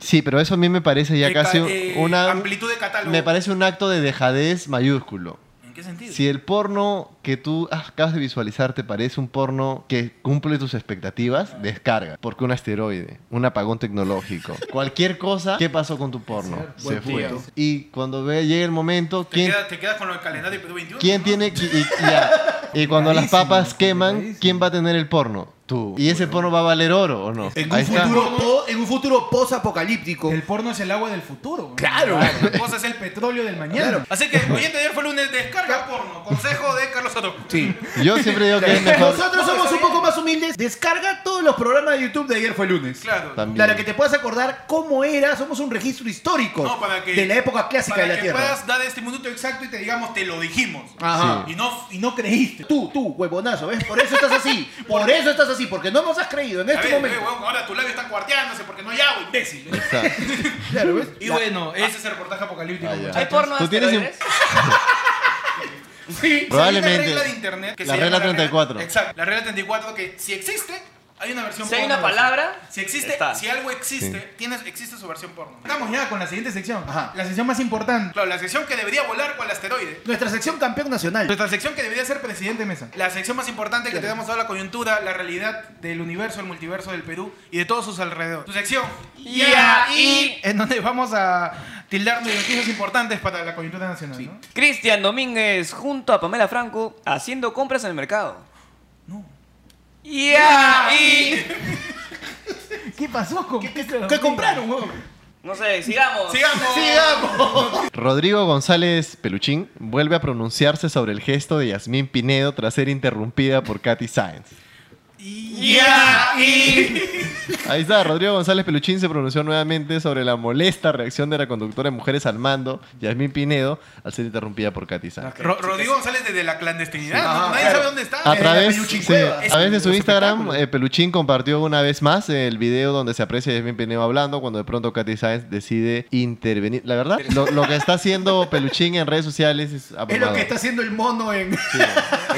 B: Sí, pero eso a mí me parece ya
F: Eh,
B: casi
F: ca- eh,
B: una...
F: Amplitud de catálogo.
B: Me parece un acto de dejadez mayúsculo.
F: ¿En qué sentido?
B: Si el porno que tú acabas de visualizar te parece un porno que cumple tus expectativas, descarga. Porque un asteroide, un apagón tecnológico, cualquier cosa, ¿qué pasó con tu porno? Se
C: Buen
B: fue.
C: punto.
B: Y cuando ve, llega el momento,
F: Te
B: ¿quién,
F: quedas te queda con lo del calendario de Perú 21.
B: quién
F: ¿no?
B: tiene que- y- y ya. Y cuando las
G: Clarísimo,
B: papas queman,
G: clarísimo.
B: ¿quién va a tener el porno? Tú. ¿Y ese porno va a valer oro o no?
C: En
B: Ahí
C: un,
B: está.
C: futuro po- en un futuro post-apocalíptico.
F: El porno es el agua del futuro.
C: Claro.
F: La cosa es el petróleo del mañana. Así que, oyente, ayer fue lunes, descarga porno. Consejo de Carlos Soto.
C: Sí.
B: Yo siempre digo que es mejor.
C: Nosotros somos un poco más humildes. Descarga todos los programas de YouTube de ayer fue lunes.
F: Claro.
B: También.
C: Para que te puedas acordar cómo era, somos un registro histórico
F: No, para que-
C: de la época clásica
F: Para
C: de la
F: que
C: Tierra.
F: puedas dar este minuto exacto y te digamos, te lo dijimos.
C: Ajá.
F: Y no, y no creíste.
C: Tú, tú, huevonazo, ¿ves? Por eso estás así. Por eso estás así, porque no nos has creído en
F: A
C: este
F: ver,
C: momento.
F: ve, huevón, ahora tu labio está cuarteándose porque no hay agua, imbécil.
B: Exacto.
C: Claro, ¿ves?
F: Y bueno, ese es el reportaje apocalíptico.
B: Ah, ya.
D: ¿Hay
F: muchachos.
D: porno de
B: Tú tienes un-
D: asteroides?
F: Sí,
B: Probablemente.
F: hay una regla de internet que
B: La
F: se llama
B: regla 34.
F: exacto, la regla 34 que si existe, hay una versión
D: Si hay
F: porno.
D: una palabra,
F: Si existe,
D: está.
F: si algo existe,
B: Sí.
F: tienes, existe su versión porno. Estamos ya con la siguiente sección.
C: Ajá.
F: La sección más importante. Claro, la sección que debería volar con el asteroide.
C: Nuestra sección campeón nacional.
F: Nuestra sección que debería ser presidente Mesa. La sección más importante que te damos ahora la coyuntura, la realidad del universo, el multiverso del Perú y de todos sus alrededores. Tu sección.
D: Y ahí-
F: En donde vamos a tildar noticias importantes para la coyuntura nacional. ¿no?
D: Cristian Domínguez junto a Pamela Franco haciendo compras en el mercado. No. Y ahí.
F: ¿Qué pasó con
C: ¿Qué compraron, huevón?
D: No sé, sigamos.
F: Sigamos.
B: Rodrigo González Peluchín vuelve a pronunciarse sobre el gesto de Yasmín Pinedo tras ser interrumpida por Katy Sainz. Ahí está, Rodrigo González Peluchín se pronunció nuevamente sobre la molesta reacción de la conductora de Mujeres al Mando, Yasmín Pinedo, al ser interrumpida por Katy Sainz.
F: Ro- Rodrigo González desde la clandestinidad. ¿no?
C: Ajá,
F: Nadie
C: claro.
F: sabe dónde está.
B: A
C: Eh,
B: través,
C: la Peluchín
B: sí,
C: Cueva.
B: a través de su
C: Los
B: Instagram,
C: espectáculos.
B: eh, Peluchín compartió una vez más el video donde se aprecia a Yasmín Pinedo hablando cuando de pronto Katy Sainz decide intervenir. La verdad, lo, lo que está haciendo Peluchín en redes sociales es
C: Es lo
B: abrumador.
C: que está haciendo el mono en.
B: Sí, es-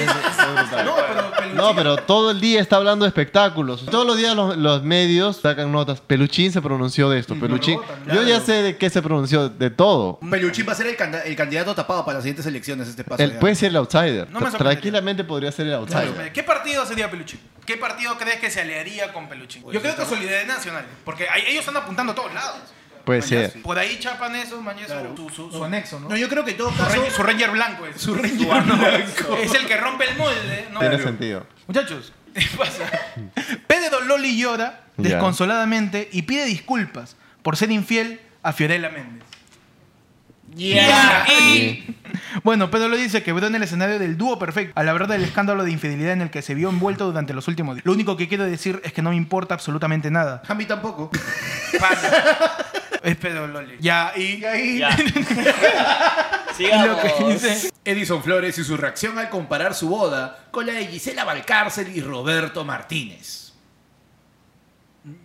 B: es brutal.
F: No, pero Peluchín-
B: No, pero todo el día está hablando de espectáculos. Todos los días los, los medios sacan notas. Peluchín se pronunció de esto. Peluchín.
F: rebotan,
B: Yo ya sé de qué se pronunció, de todo.
C: Peluchín va a ser el, canda- el candidato tapado para las siguientes elecciones. Este paso.
B: Él
C: ya.
B: puede ser el pues- outsider.
F: No me
B: Tra-
F: sorprendería.
B: Tranquilamente podría ser el
F: Claro,
B: outsider.
F: ¿Qué partido sería Peluchín? ¿Qué partido crees que se aliaría con Peluchín? Yo creo que Solidaridad Nacional, porque ahí- ellos están apuntando a todos lados.
B: Puede
F: Mañas-
B: ser.
F: Por ahí chapan esos, mañas, su, su- su anexo, ¿no?
C: No, yo creo que en todo
F: su,
C: caso.
F: ranger, su ranger blanco es.
C: Su Ranger blanco.
F: Es el que rompe el molde, ¿no?
B: Tiene
F: Claro.
B: sentido.
F: Muchachos, ¿qué pasa? Pedro Loli llora
B: Ya.
F: desconsoladamente y pide disculpas por ser infiel a Fiorella Méndez.
D: Y ahí.
F: Bueno, Pedro lo dice que quebró en el escenario del dúo perfecto al hablar del escándalo de infidelidad en el que se vio envuelto durante los últimos días. Lo único que quiero decir es que no me importa absolutamente nada.
C: A mí tampoco.
F: es Pedro Loli. Ya, y, ahí.
D: Ya.
F: Y lo
D: Sigamos.
F: que dice.
C: Edison Flores y su reacción al comparar su boda con la de Gisela Valcárcel y Roberto Martínez.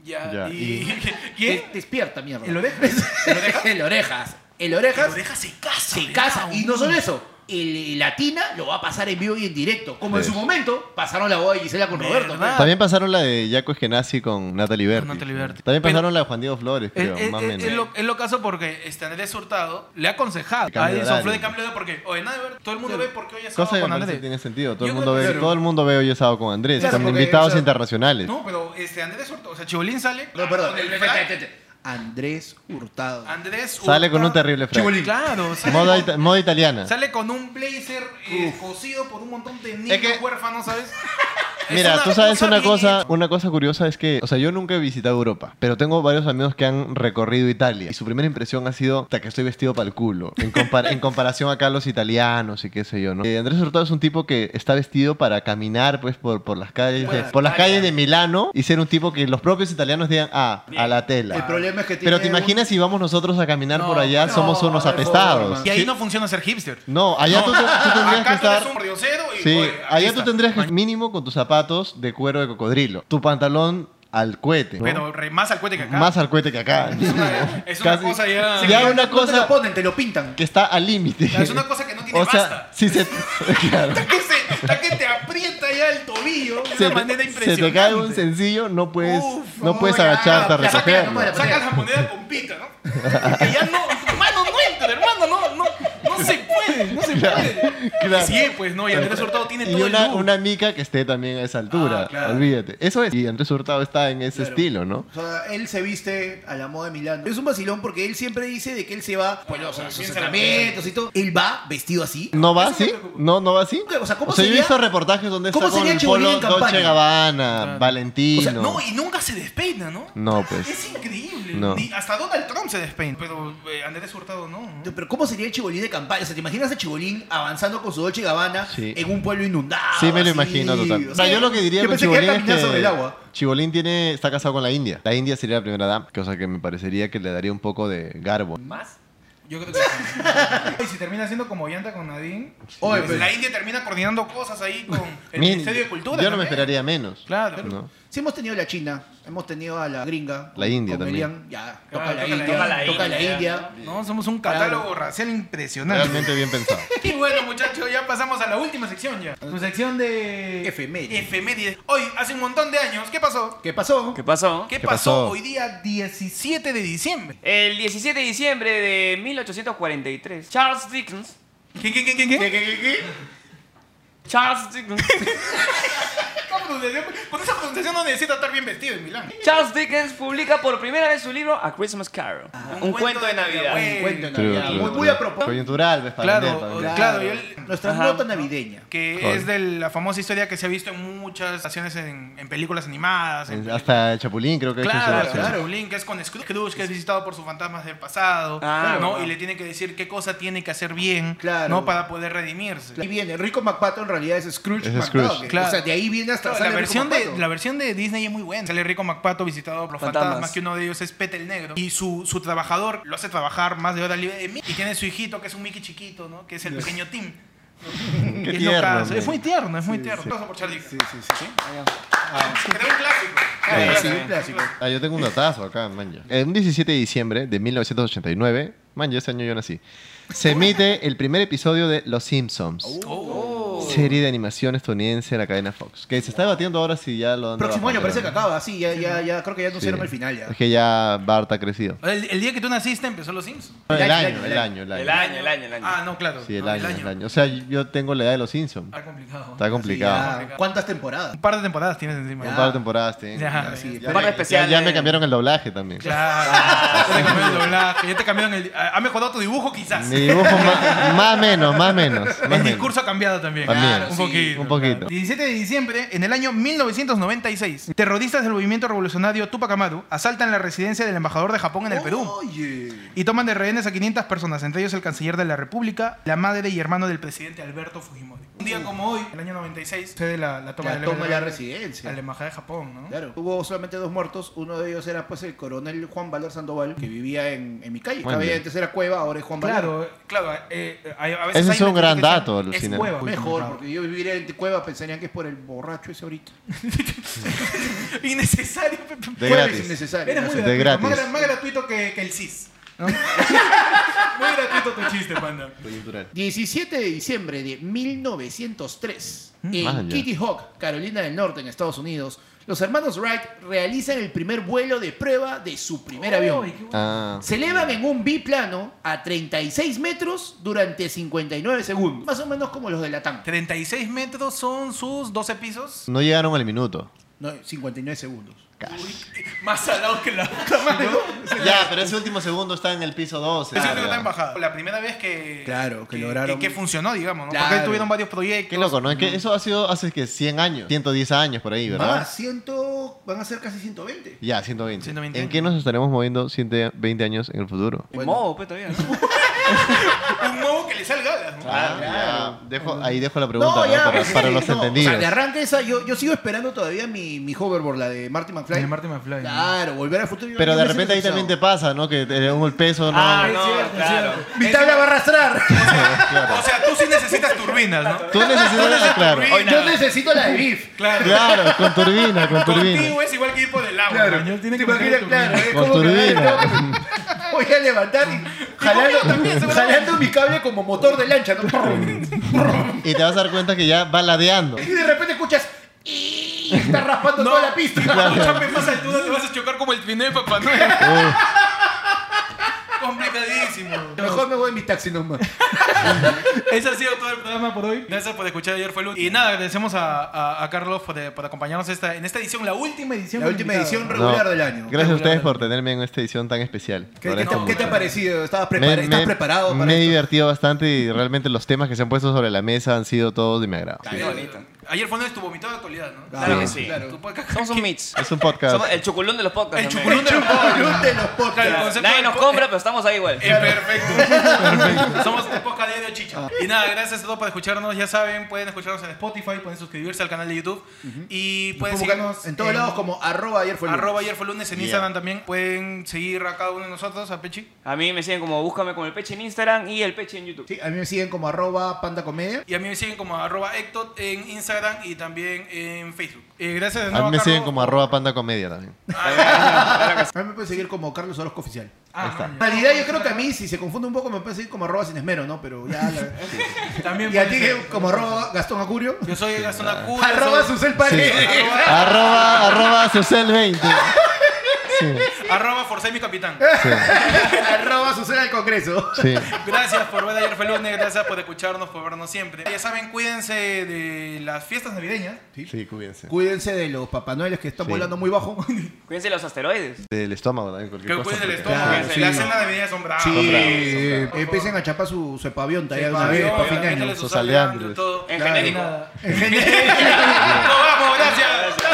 F: Ya,
B: Ya,
F: y.
C: Des-
F: ¿Qué?
C: Despierta, mierda.
F: ¿El orejas?
C: El orejas. El orejas. El orejas
F: orejas se casa.
C: se casa. Y no solo eso. El Latina lo va a pasar en vivo y en directo. Como en
B: Sí.
C: su momento pasaron la boda de Gisela con Roberto.
F: ¿Verdad?
C: ¿no?
B: También pasaron la de Jaco Eskenazi con Natalie Berti.
F: Ah. Con Natalie Berti.
B: También
F: Pero-
B: pasaron la de Juan Diego Flores,
F: Es,
B: creo,
F: es-
B: más o
F: es-
B: menos.
F: es lo, es lo caso porque este Andrés Hurtado le ha aconsejado a
B: Cambio de
F: Edison
B: horario.
F: Flores de cambio de porque, oye, nada, de ver, todo el mundo ve porque hoy es
B: Cosa
F: sábado
B: que me
F: con
B: parece que
F: Andrés.
B: tiene sentido. Todo el,
F: Yo
B: mundo
F: creo
B: ve,
F: que-
B: todo el mundo ve hoy sábado con Andrés.
C: Claro,
B: Están
C: porque,
B: invitados
C: o sea,
B: internacionales.
F: No, pero este Andrés Hurtado, o sea, Chibolín sale.
C: No, perdón.
F: con el
C: Espérate,
F: frac.
C: espérate. Andrés Hurtado.
F: Andrés
B: Sale con
F: Hurtado-
B: un terrible frac.
F: Chibolín. Claro, sale,
B: Moda,
F: con,
B: ita- moda italiana.
F: sale con un blazer eh, cosido por un montón de niños
B: que-
F: huérfanos, ¿sabes? Es
B: Mira,
F: una
B: tú sabes una
F: bien
B: cosa,
F: hecha.
B: una cosa curiosa es que, o sea, yo nunca he visitado Europa, pero tengo varios amigos que han recorrido Italia y su primera impresión ha sido hasta que estoy vestido para el culo, en, compar- en comparación acá a los italianos y qué sé yo, ¿no? Eh, Andrés Hurtado es un tipo que está vestido para caminar, pues, por, por las calles, de, por las calles de Milano y ser un tipo que los propios italianos digan, ah, a la tela.
C: El problema es que tiene
B: Pero te imaginas si vamos nosotros a caminar por allá,
C: no,
B: somos unos
C: no hay
B: apestados.
C: forma.
F: Y ahí no funciona ser hipster.
B: No, allá tú, te- tú tendrías
F: Acá
B: que
F: tú eres
B: estar...
F: un pordiosero y
B: Sí,
F: oye, aquí
B: allá tú
F: está.
B: tendrías que mínimo con tus zapatos de cuero de cocodrilo, tu pantalón al cohete, ¿no?
F: Pero re- más al cuete que acá. Ah,
B: más al cohete que acá.
F: Es una, es una
B: Casi-
F: cosa ya.
B: Ya
C: No,
B: una
C: no te
B: cosa
C: lo ponen, te lo pintan.
B: que está al límite.
F: Es una cosa que no tiene
B: O sea,
F: basta.
B: si se, claro.
F: Está que, se- está que te aprieta ya el tobillo de
B: Se
F: una manera
B: te, se
F: impresionante.
B: te cae un sencillo, no puedes,
F: Uf,
B: no puedes
C: no, ya,
B: agacharte a
C: ya, saca,
B: recogerlo.
C: no,
F: Sacas la moneda con pita, ¿no? Que ya no, tu mano no entra, hermano, no, no, no se puede, no se se puede.
B: Claro.
F: Sí, pues no, y Andrés Hurtado tiene
B: Y
F: todo el
B: una,
F: look.
B: una mica que esté también a esa altura.
F: Ah, claro.
B: Olvídate. Eso es. Y Andrés Hurtado está en ese estilo, ¿no?
C: O sea, él se viste a la moda de Milán. Es un vacilón porque él siempre dice de que él se va, pues, o sea, sus entrenamientos y todo. Él va vestido así.
B: ¿No va
F: Eso me
B: así?
F: preocupa.
B: ¿No, no va así?
C: ¿Qué? O sea, ¿cómo
B: yo he
C: sería-
B: visto reportajes donde está
C: ¿Cómo
B: con
C: sería
B: el
C: Chibolín
B: polo
C: en campaña?
B: Dolce Gabbana, Valentino.
F: O sea, no, y nunca se despeina, ¿no?
B: No, pues.
F: Es increíble.
B: No.
F: Ni- hasta Donald Trump se despeina. Pero eh, Andrés Hurtado no. ¿no?
C: Pero ¿cómo sería el chibolín de campaña? O sea, ¿te imaginas a chibolín avanzando con su Dolce Gabbana
B: Sí.
C: en un pueblo inundado?
B: Sí, me lo
C: así?
B: imagino total. O sea, yo lo que diría
C: yo
B: con
C: pensé que
B: Chibolín
C: iba a
B: es
C: caminar
B: que
C: sobre el agua.
B: Chibolín tiene, está casado con la India. La India sería la primera dama, cosa que me parecería que le daría un poco de garbo.
D: ¿Más?
F: Yo creo que sí. Y si termina siendo como Yanta con Nadine,
C: Oye,
F: pues,
C: pero-
F: la India termina coordinando cosas ahí con el
B: Miren,
F: Ministerio de
B: Yo
F: Cultura.
B: no me
F: también.
B: esperaría menos.
F: Claro.
B: ¿no?
C: Sí hemos tenido la China, hemos tenido a la gringa.
B: La India
C: con
B: también.
C: Melian. Ya, toca
F: Claro,
C: la India, toca la India.
F: No, somos un catálogo racial impresionante.
B: Realmente bien pensado.
F: Y bueno, muchachos, ya pasamos a la última sección ya. Tu sección de...
C: Efemérides.
F: Efemérides. Hoy, hace un montón de años, ¿qué pasó?
C: ¿Qué pasó?
D: ¿Qué pasó?
F: ¿Qué,
B: ¿Qué
F: pasó?
B: pasó?
F: hoy día 17 de diciembre?
D: El 17 de diciembre de 1843, Charles Dickens.
F: ¿Qué, qué, qué, qué, qué?
D: Charles Dickens.
F: Esta pronunciación- Con esa pronunciación no necesita estar bien vestido en Milán.
D: Charles Dickens publica por primera vez su libro A Christmas Carol. Ah. un, cuento de Navidad.
F: Navidad.
C: Cuento de
B: True,
C: Navidad.
B: true,
C: muy,
B: true.
C: muy a propósito.
B: Coyuntural, ves, para
F: Claro,
B: vender, para vender.
F: Claro, y él-
C: Nuestra
D: Ajá.
C: nota navideña.
F: Que
B: Joder.
F: es de la famosa historia que se ha visto en muchas ocasiones en, en películas animadas. en-
B: En- Hasta Chapulín creo que ha hecho su
F: Claro,
B: versión.
F: claro. Blink es con Scrooge, Scrooge, que es visitado por sus fantasmas del pasado,
D: Ah,
F: ¿no?
D: wow.
F: Y le tiene que decir qué cosa tiene que hacer bien,
C: Claro.
F: ¿no? Para poder redimirse.
C: Y viene, Rico McPato en realidad es Scrooge
B: Es
C: McDuck.
B: Scrooge.
F: Claro.
C: O sea, de ahí viene hasta
F: Claro,
C: sale
F: la,
C: Rico
F: versión de,
C: McPato.
F: la versión de Disney es muy buena. Sale Rico McPato visitado por los fantasmas.
D: Fantasmas.
F: que uno de ellos es Pete el Negro. Y su, su trabajador lo hace trabajar más de hora libre de mí. Y tiene su hijito, que es un Mickey chiquito, ¿no? Que es el pequeño Tim.
B: Qué
F: Y es
B: tierno,
F: locazo.
B: hombre.
F: Es muy tierno, es muy tierno. Paso por Charlie. Ah,
C: Sí, sí, sí.
F: Creo un clásico.
C: Claro,
B: Sí.
C: sí, un clásico.
B: Ah, yo tengo un datazo acá, manja. El 17 de diciembre de 1989, manja, ese año yo nací, se emite el primer episodio de Los Simpsons.
D: Uh.
B: Serie de animación estadounidense de la cadena Fox. Que se está debatiendo ahora si ya lo dan. de
C: Próximo
B: baja,
C: año parece que
B: pero-
C: acaba, sí, ya, ya, ya creo que ya
B: Sí.
C: anunciaron el final ya.
B: Es que ya Bart ha crecido.
F: El, el día que tú naciste empezó Los Simpsons.
B: No, El, año, el año, el año.
D: El año, el año, el año.
F: Ah, no, claro.
B: Sí, el
F: No,
B: año, el año. O sea, yo tengo la edad de Los Simpsons.
F: Está complicado.
B: Está complicado.
C: Sí, ya. ¿Cuántas temporadas?
F: Un par de temporadas tienes encima.
B: Un par de temporadas tiene.
F: Ya,
C: Ah, sí,
F: sí.
C: ya.
D: Par de
B: Ya,
D: especiales.
B: ya me cambiaron el doblaje también.
F: Claro. Ya te cambiaron el doblaje, ya te cambiaron el. Ah, Ha mejorado tu dibujo, quizás.
B: Mi dibujo ma- más menos, más menos. más
F: El
B: menos.
F: discurso ha cambiado también.
B: También.
F: Claro, un
B: Sí,
F: poquito.
B: un poquito.
F: claro. 17 de diciembre, en el año 1996, terroristas del movimiento revolucionario Tupac Amaru asaltan la residencia del embajador de Japón en el Perú
C: Oye.
F: y toman de rehenes a 500 personas, entre ellos el canciller de la República, la madre y hermano del presidente Alberto Fujimori. Un día como hoy, en el año 96, sucede la, la toma
C: La
F: de
C: toma de la residencia.
F: a la embajada de Japón, ¿no?
C: Claro. Hubo solamente dos muertos. Uno de ellos era pues el coronel Juan Valer Sandoval, que vivía en, en mi calle.
B: Muy
C: Cabía
B: bien.
C: antes era cueva, ahora es Juan Valer.
F: Claro, claro. eh, eh, hay- a veces
B: Ese
F: hay
B: es un gran
F: que dicen,
B: dato,
F: "Es
B: alucinante".
F: hueva".
C: Mejor, porque yo viviría en cueva, pensarían que es por el borracho ese ahorita.
F: Innecesario. pe- pe-
B: De
C: Cueva es
B: gratis.
C: innecesario.
F: Eres muy
B: De
F: gratuito,
B: gratis.
F: Más, gra- más gratuito que, que el CIS. ¿no? muy gratuito tu chiste, panda.
B: Coyuntural.
C: 17 de diciembre de 1903, en
F: Mm.
B: Vaya.
C: Kitty Hawk, Carolina del Norte, en Estados Unidos, los hermanos Wright realizan el primer vuelo de prueba de su primer avión.
B: Ah.
C: Se elevan en un biplano a 36 metros durante 59 segundos. Más o menos como los de la TAM.
F: 36 metros son sus 12 pisos.
B: No llegaron al minuto.
C: No, 59 segundos.
F: Más salados que la puta madre.
B: Ya, pero ese último segundo está en el piso 12.
F: Eso es lo que está embajada. La primera vez que.
C: Claro, que lograron-
F: Que, que funcionó, digamos, ¿no? Porque
C: Claro.
F: tuvieron varios proyectos.
B: Qué loco, ¿no? Es que eso ha sido hace que 100 años, 110 años por ahí, ¿verdad?
C: Más, 100, van a ser casi 120.
B: Ya, 120.
F: 120
B: ¿En
F: años.
B: qué nos estaremos moviendo 120 años en el futuro?
D: En modo, pues todavía. ¿no?
F: Un nuevo que le salga. ¿no?
B: Ah,
C: claro.
B: ya. Dejo- ahí dejo la pregunta ¿no? para,
C: pues,
B: para
C: sí,
B: los
C: no,
B: entendidos.
C: O sea, de arranque esa, yo, yo sigo esperando todavía mi, mi hoverboard, la de Marty McFly.
F: De Marty McFly, ¿no?
C: Claro, volver al futuro. yo-
B: pero
C: yo
B: de
C: me
B: repente ahí
C: siento
B: también te
C: cansado.
B: pasa, ¿no? Que te- un el peso, ¿no?
D: Ah, no, claro.
C: Mi tabla va a arrastrar.
F: O sea, tú sí necesitas turbinas, ¿no?
B: Tú necesitas, claro.
F: Hoy
C: yo
F: nada.
C: necesito la de Beef.
F: Claro.
B: Claro, con turbina, con turbina.
F: Contigo es igual que ir por el agua. Mañol tiene
C: te
F: que meter
C: imaginas,
F: turbina.
C: claro. Es
B: Con
C: como que
B: turbina.
C: voy a levantar y jalando, jalando mi cable como motor de lancha. ¿no?
B: Y te vas a dar cuenta que ya va ladeando.
C: y de repente escuchas. "Y", Está raspando toda la pista.
F: Escúchame más altura, te vas a chocar como el trineo de Papá Noel.
B: Uf,
F: Conectadísimo.
C: Mejor me voy en mi taxi nomás.
F: Ese ha sido todo el programa por hoy. Gracias por escuchar ayer fue Luz. Y nada, agradecemos a, a- a Carlos por, eh, por acompañarnos esta, en esta edición, la última edición.
C: La
F: con
C: última
F: invitado.
C: edición
B: No.
C: regular del año.
B: Gracias a ustedes por tenerme en esta edición tan especial.
C: ¿Qué,
B: Lo
C: qué te,
B: agradezco
C: qué te ha
B: mucho.
C: parecido? ¿Estabas
B: Me-
C: prepara- ¿Estás
B: me-
C: preparado para
B: me he
C: esto?
B: divertido bastante y realmente los temas que se han puesto sobre la mesa han sido todos de mi agrado.
D: Qué bonito.
F: Eh, Ayer fue Luz, tu vomitado de actualidad, ¿no?
D: Claro que sí.
C: claro.
F: Tu podcast-
D: Somos un mix.
B: Es un podcast.
D: Somos el chuculón de los podcasts.
F: El
D: también.
F: chuculón de los
C: Club de los podcasts.
F: Claro, el concepto
D: Nadie
F: del
D: nos
F: po-
D: compra, pero estamos ahí igual.
F: Eh, perfecto. perfecto. Somos un podcast diario chicha. Y nada, gracias a todos por escucharnos. Ya saben, pueden escucharnos en Spotify, pueden suscribirse al canal de YouTube y pueden
C: Pueden buscarnos
F: seguirnos
C: en todos lados como arroba ayer fue lunes.
F: Arroba ayer fue lunes en
B: Yeah.
F: Instagram también. Pueden seguir a cada uno de nosotros, a Pechi.
D: A mí me siguen como búscame con el peche en Instagram y el peche en YouTube.
C: Sí, a mí me siguen como arroba panda comedia.
F: Y a mí me siguen como arroba Ectot en Instagram y también en Facebook. Ah, Eh, gracias de
B: A
F: nuevo
B: mí me
F: Carlos.
B: siguen como arroba panda comedia también.
C: A mí me pueden seguir como Carlos Orozco Oficial.
F: Ah,
C: En realidad yo creo que a mí, si se confunde un poco, me pueden seguir como arroba sin esmero, ¿no? Pero ya... la-
F: También
C: y a
F: pueden
C: ti
F: ser.
C: como arroba Gastón Acurio.
F: Yo soy Gastón
B: Ah.
F: Acuña.
C: Arroba
F: soy-
C: Susel Paredes.
B: Arroba, arroba Susel 20.
F: Arroba Forcé mi capitán.
C: arroba Susel al Congreso.
B: Sí.
F: Gracias por ver ayer fue lunes, gracias por escucharnos, por vernos siempre. Ya saben, cuídense de las fiestas navideñas.
B: Sí, cuídense.
C: Cuídense de los papanoeles que están
B: Sí.
C: volando muy bajo.
D: Cuídense de los asteroides.
B: Del estómago también, cualquier
F: Que
B: cosa.
F: cuiden el
B: porque-
F: estómago.
C: Claro,
F: que
C: sí.
F: Las cenas navideñas son bravas.
C: Sí,
B: Ah, Son bravos, son
C: eh, empiecen a chapar su, su epavión
F: Ah,
C: ya de una vez, para fin de año.
B: sus aleandros.
F: Todo.
D: En
C: Claro.
D: genérico.
F: Nada. Nos vamos, gracias.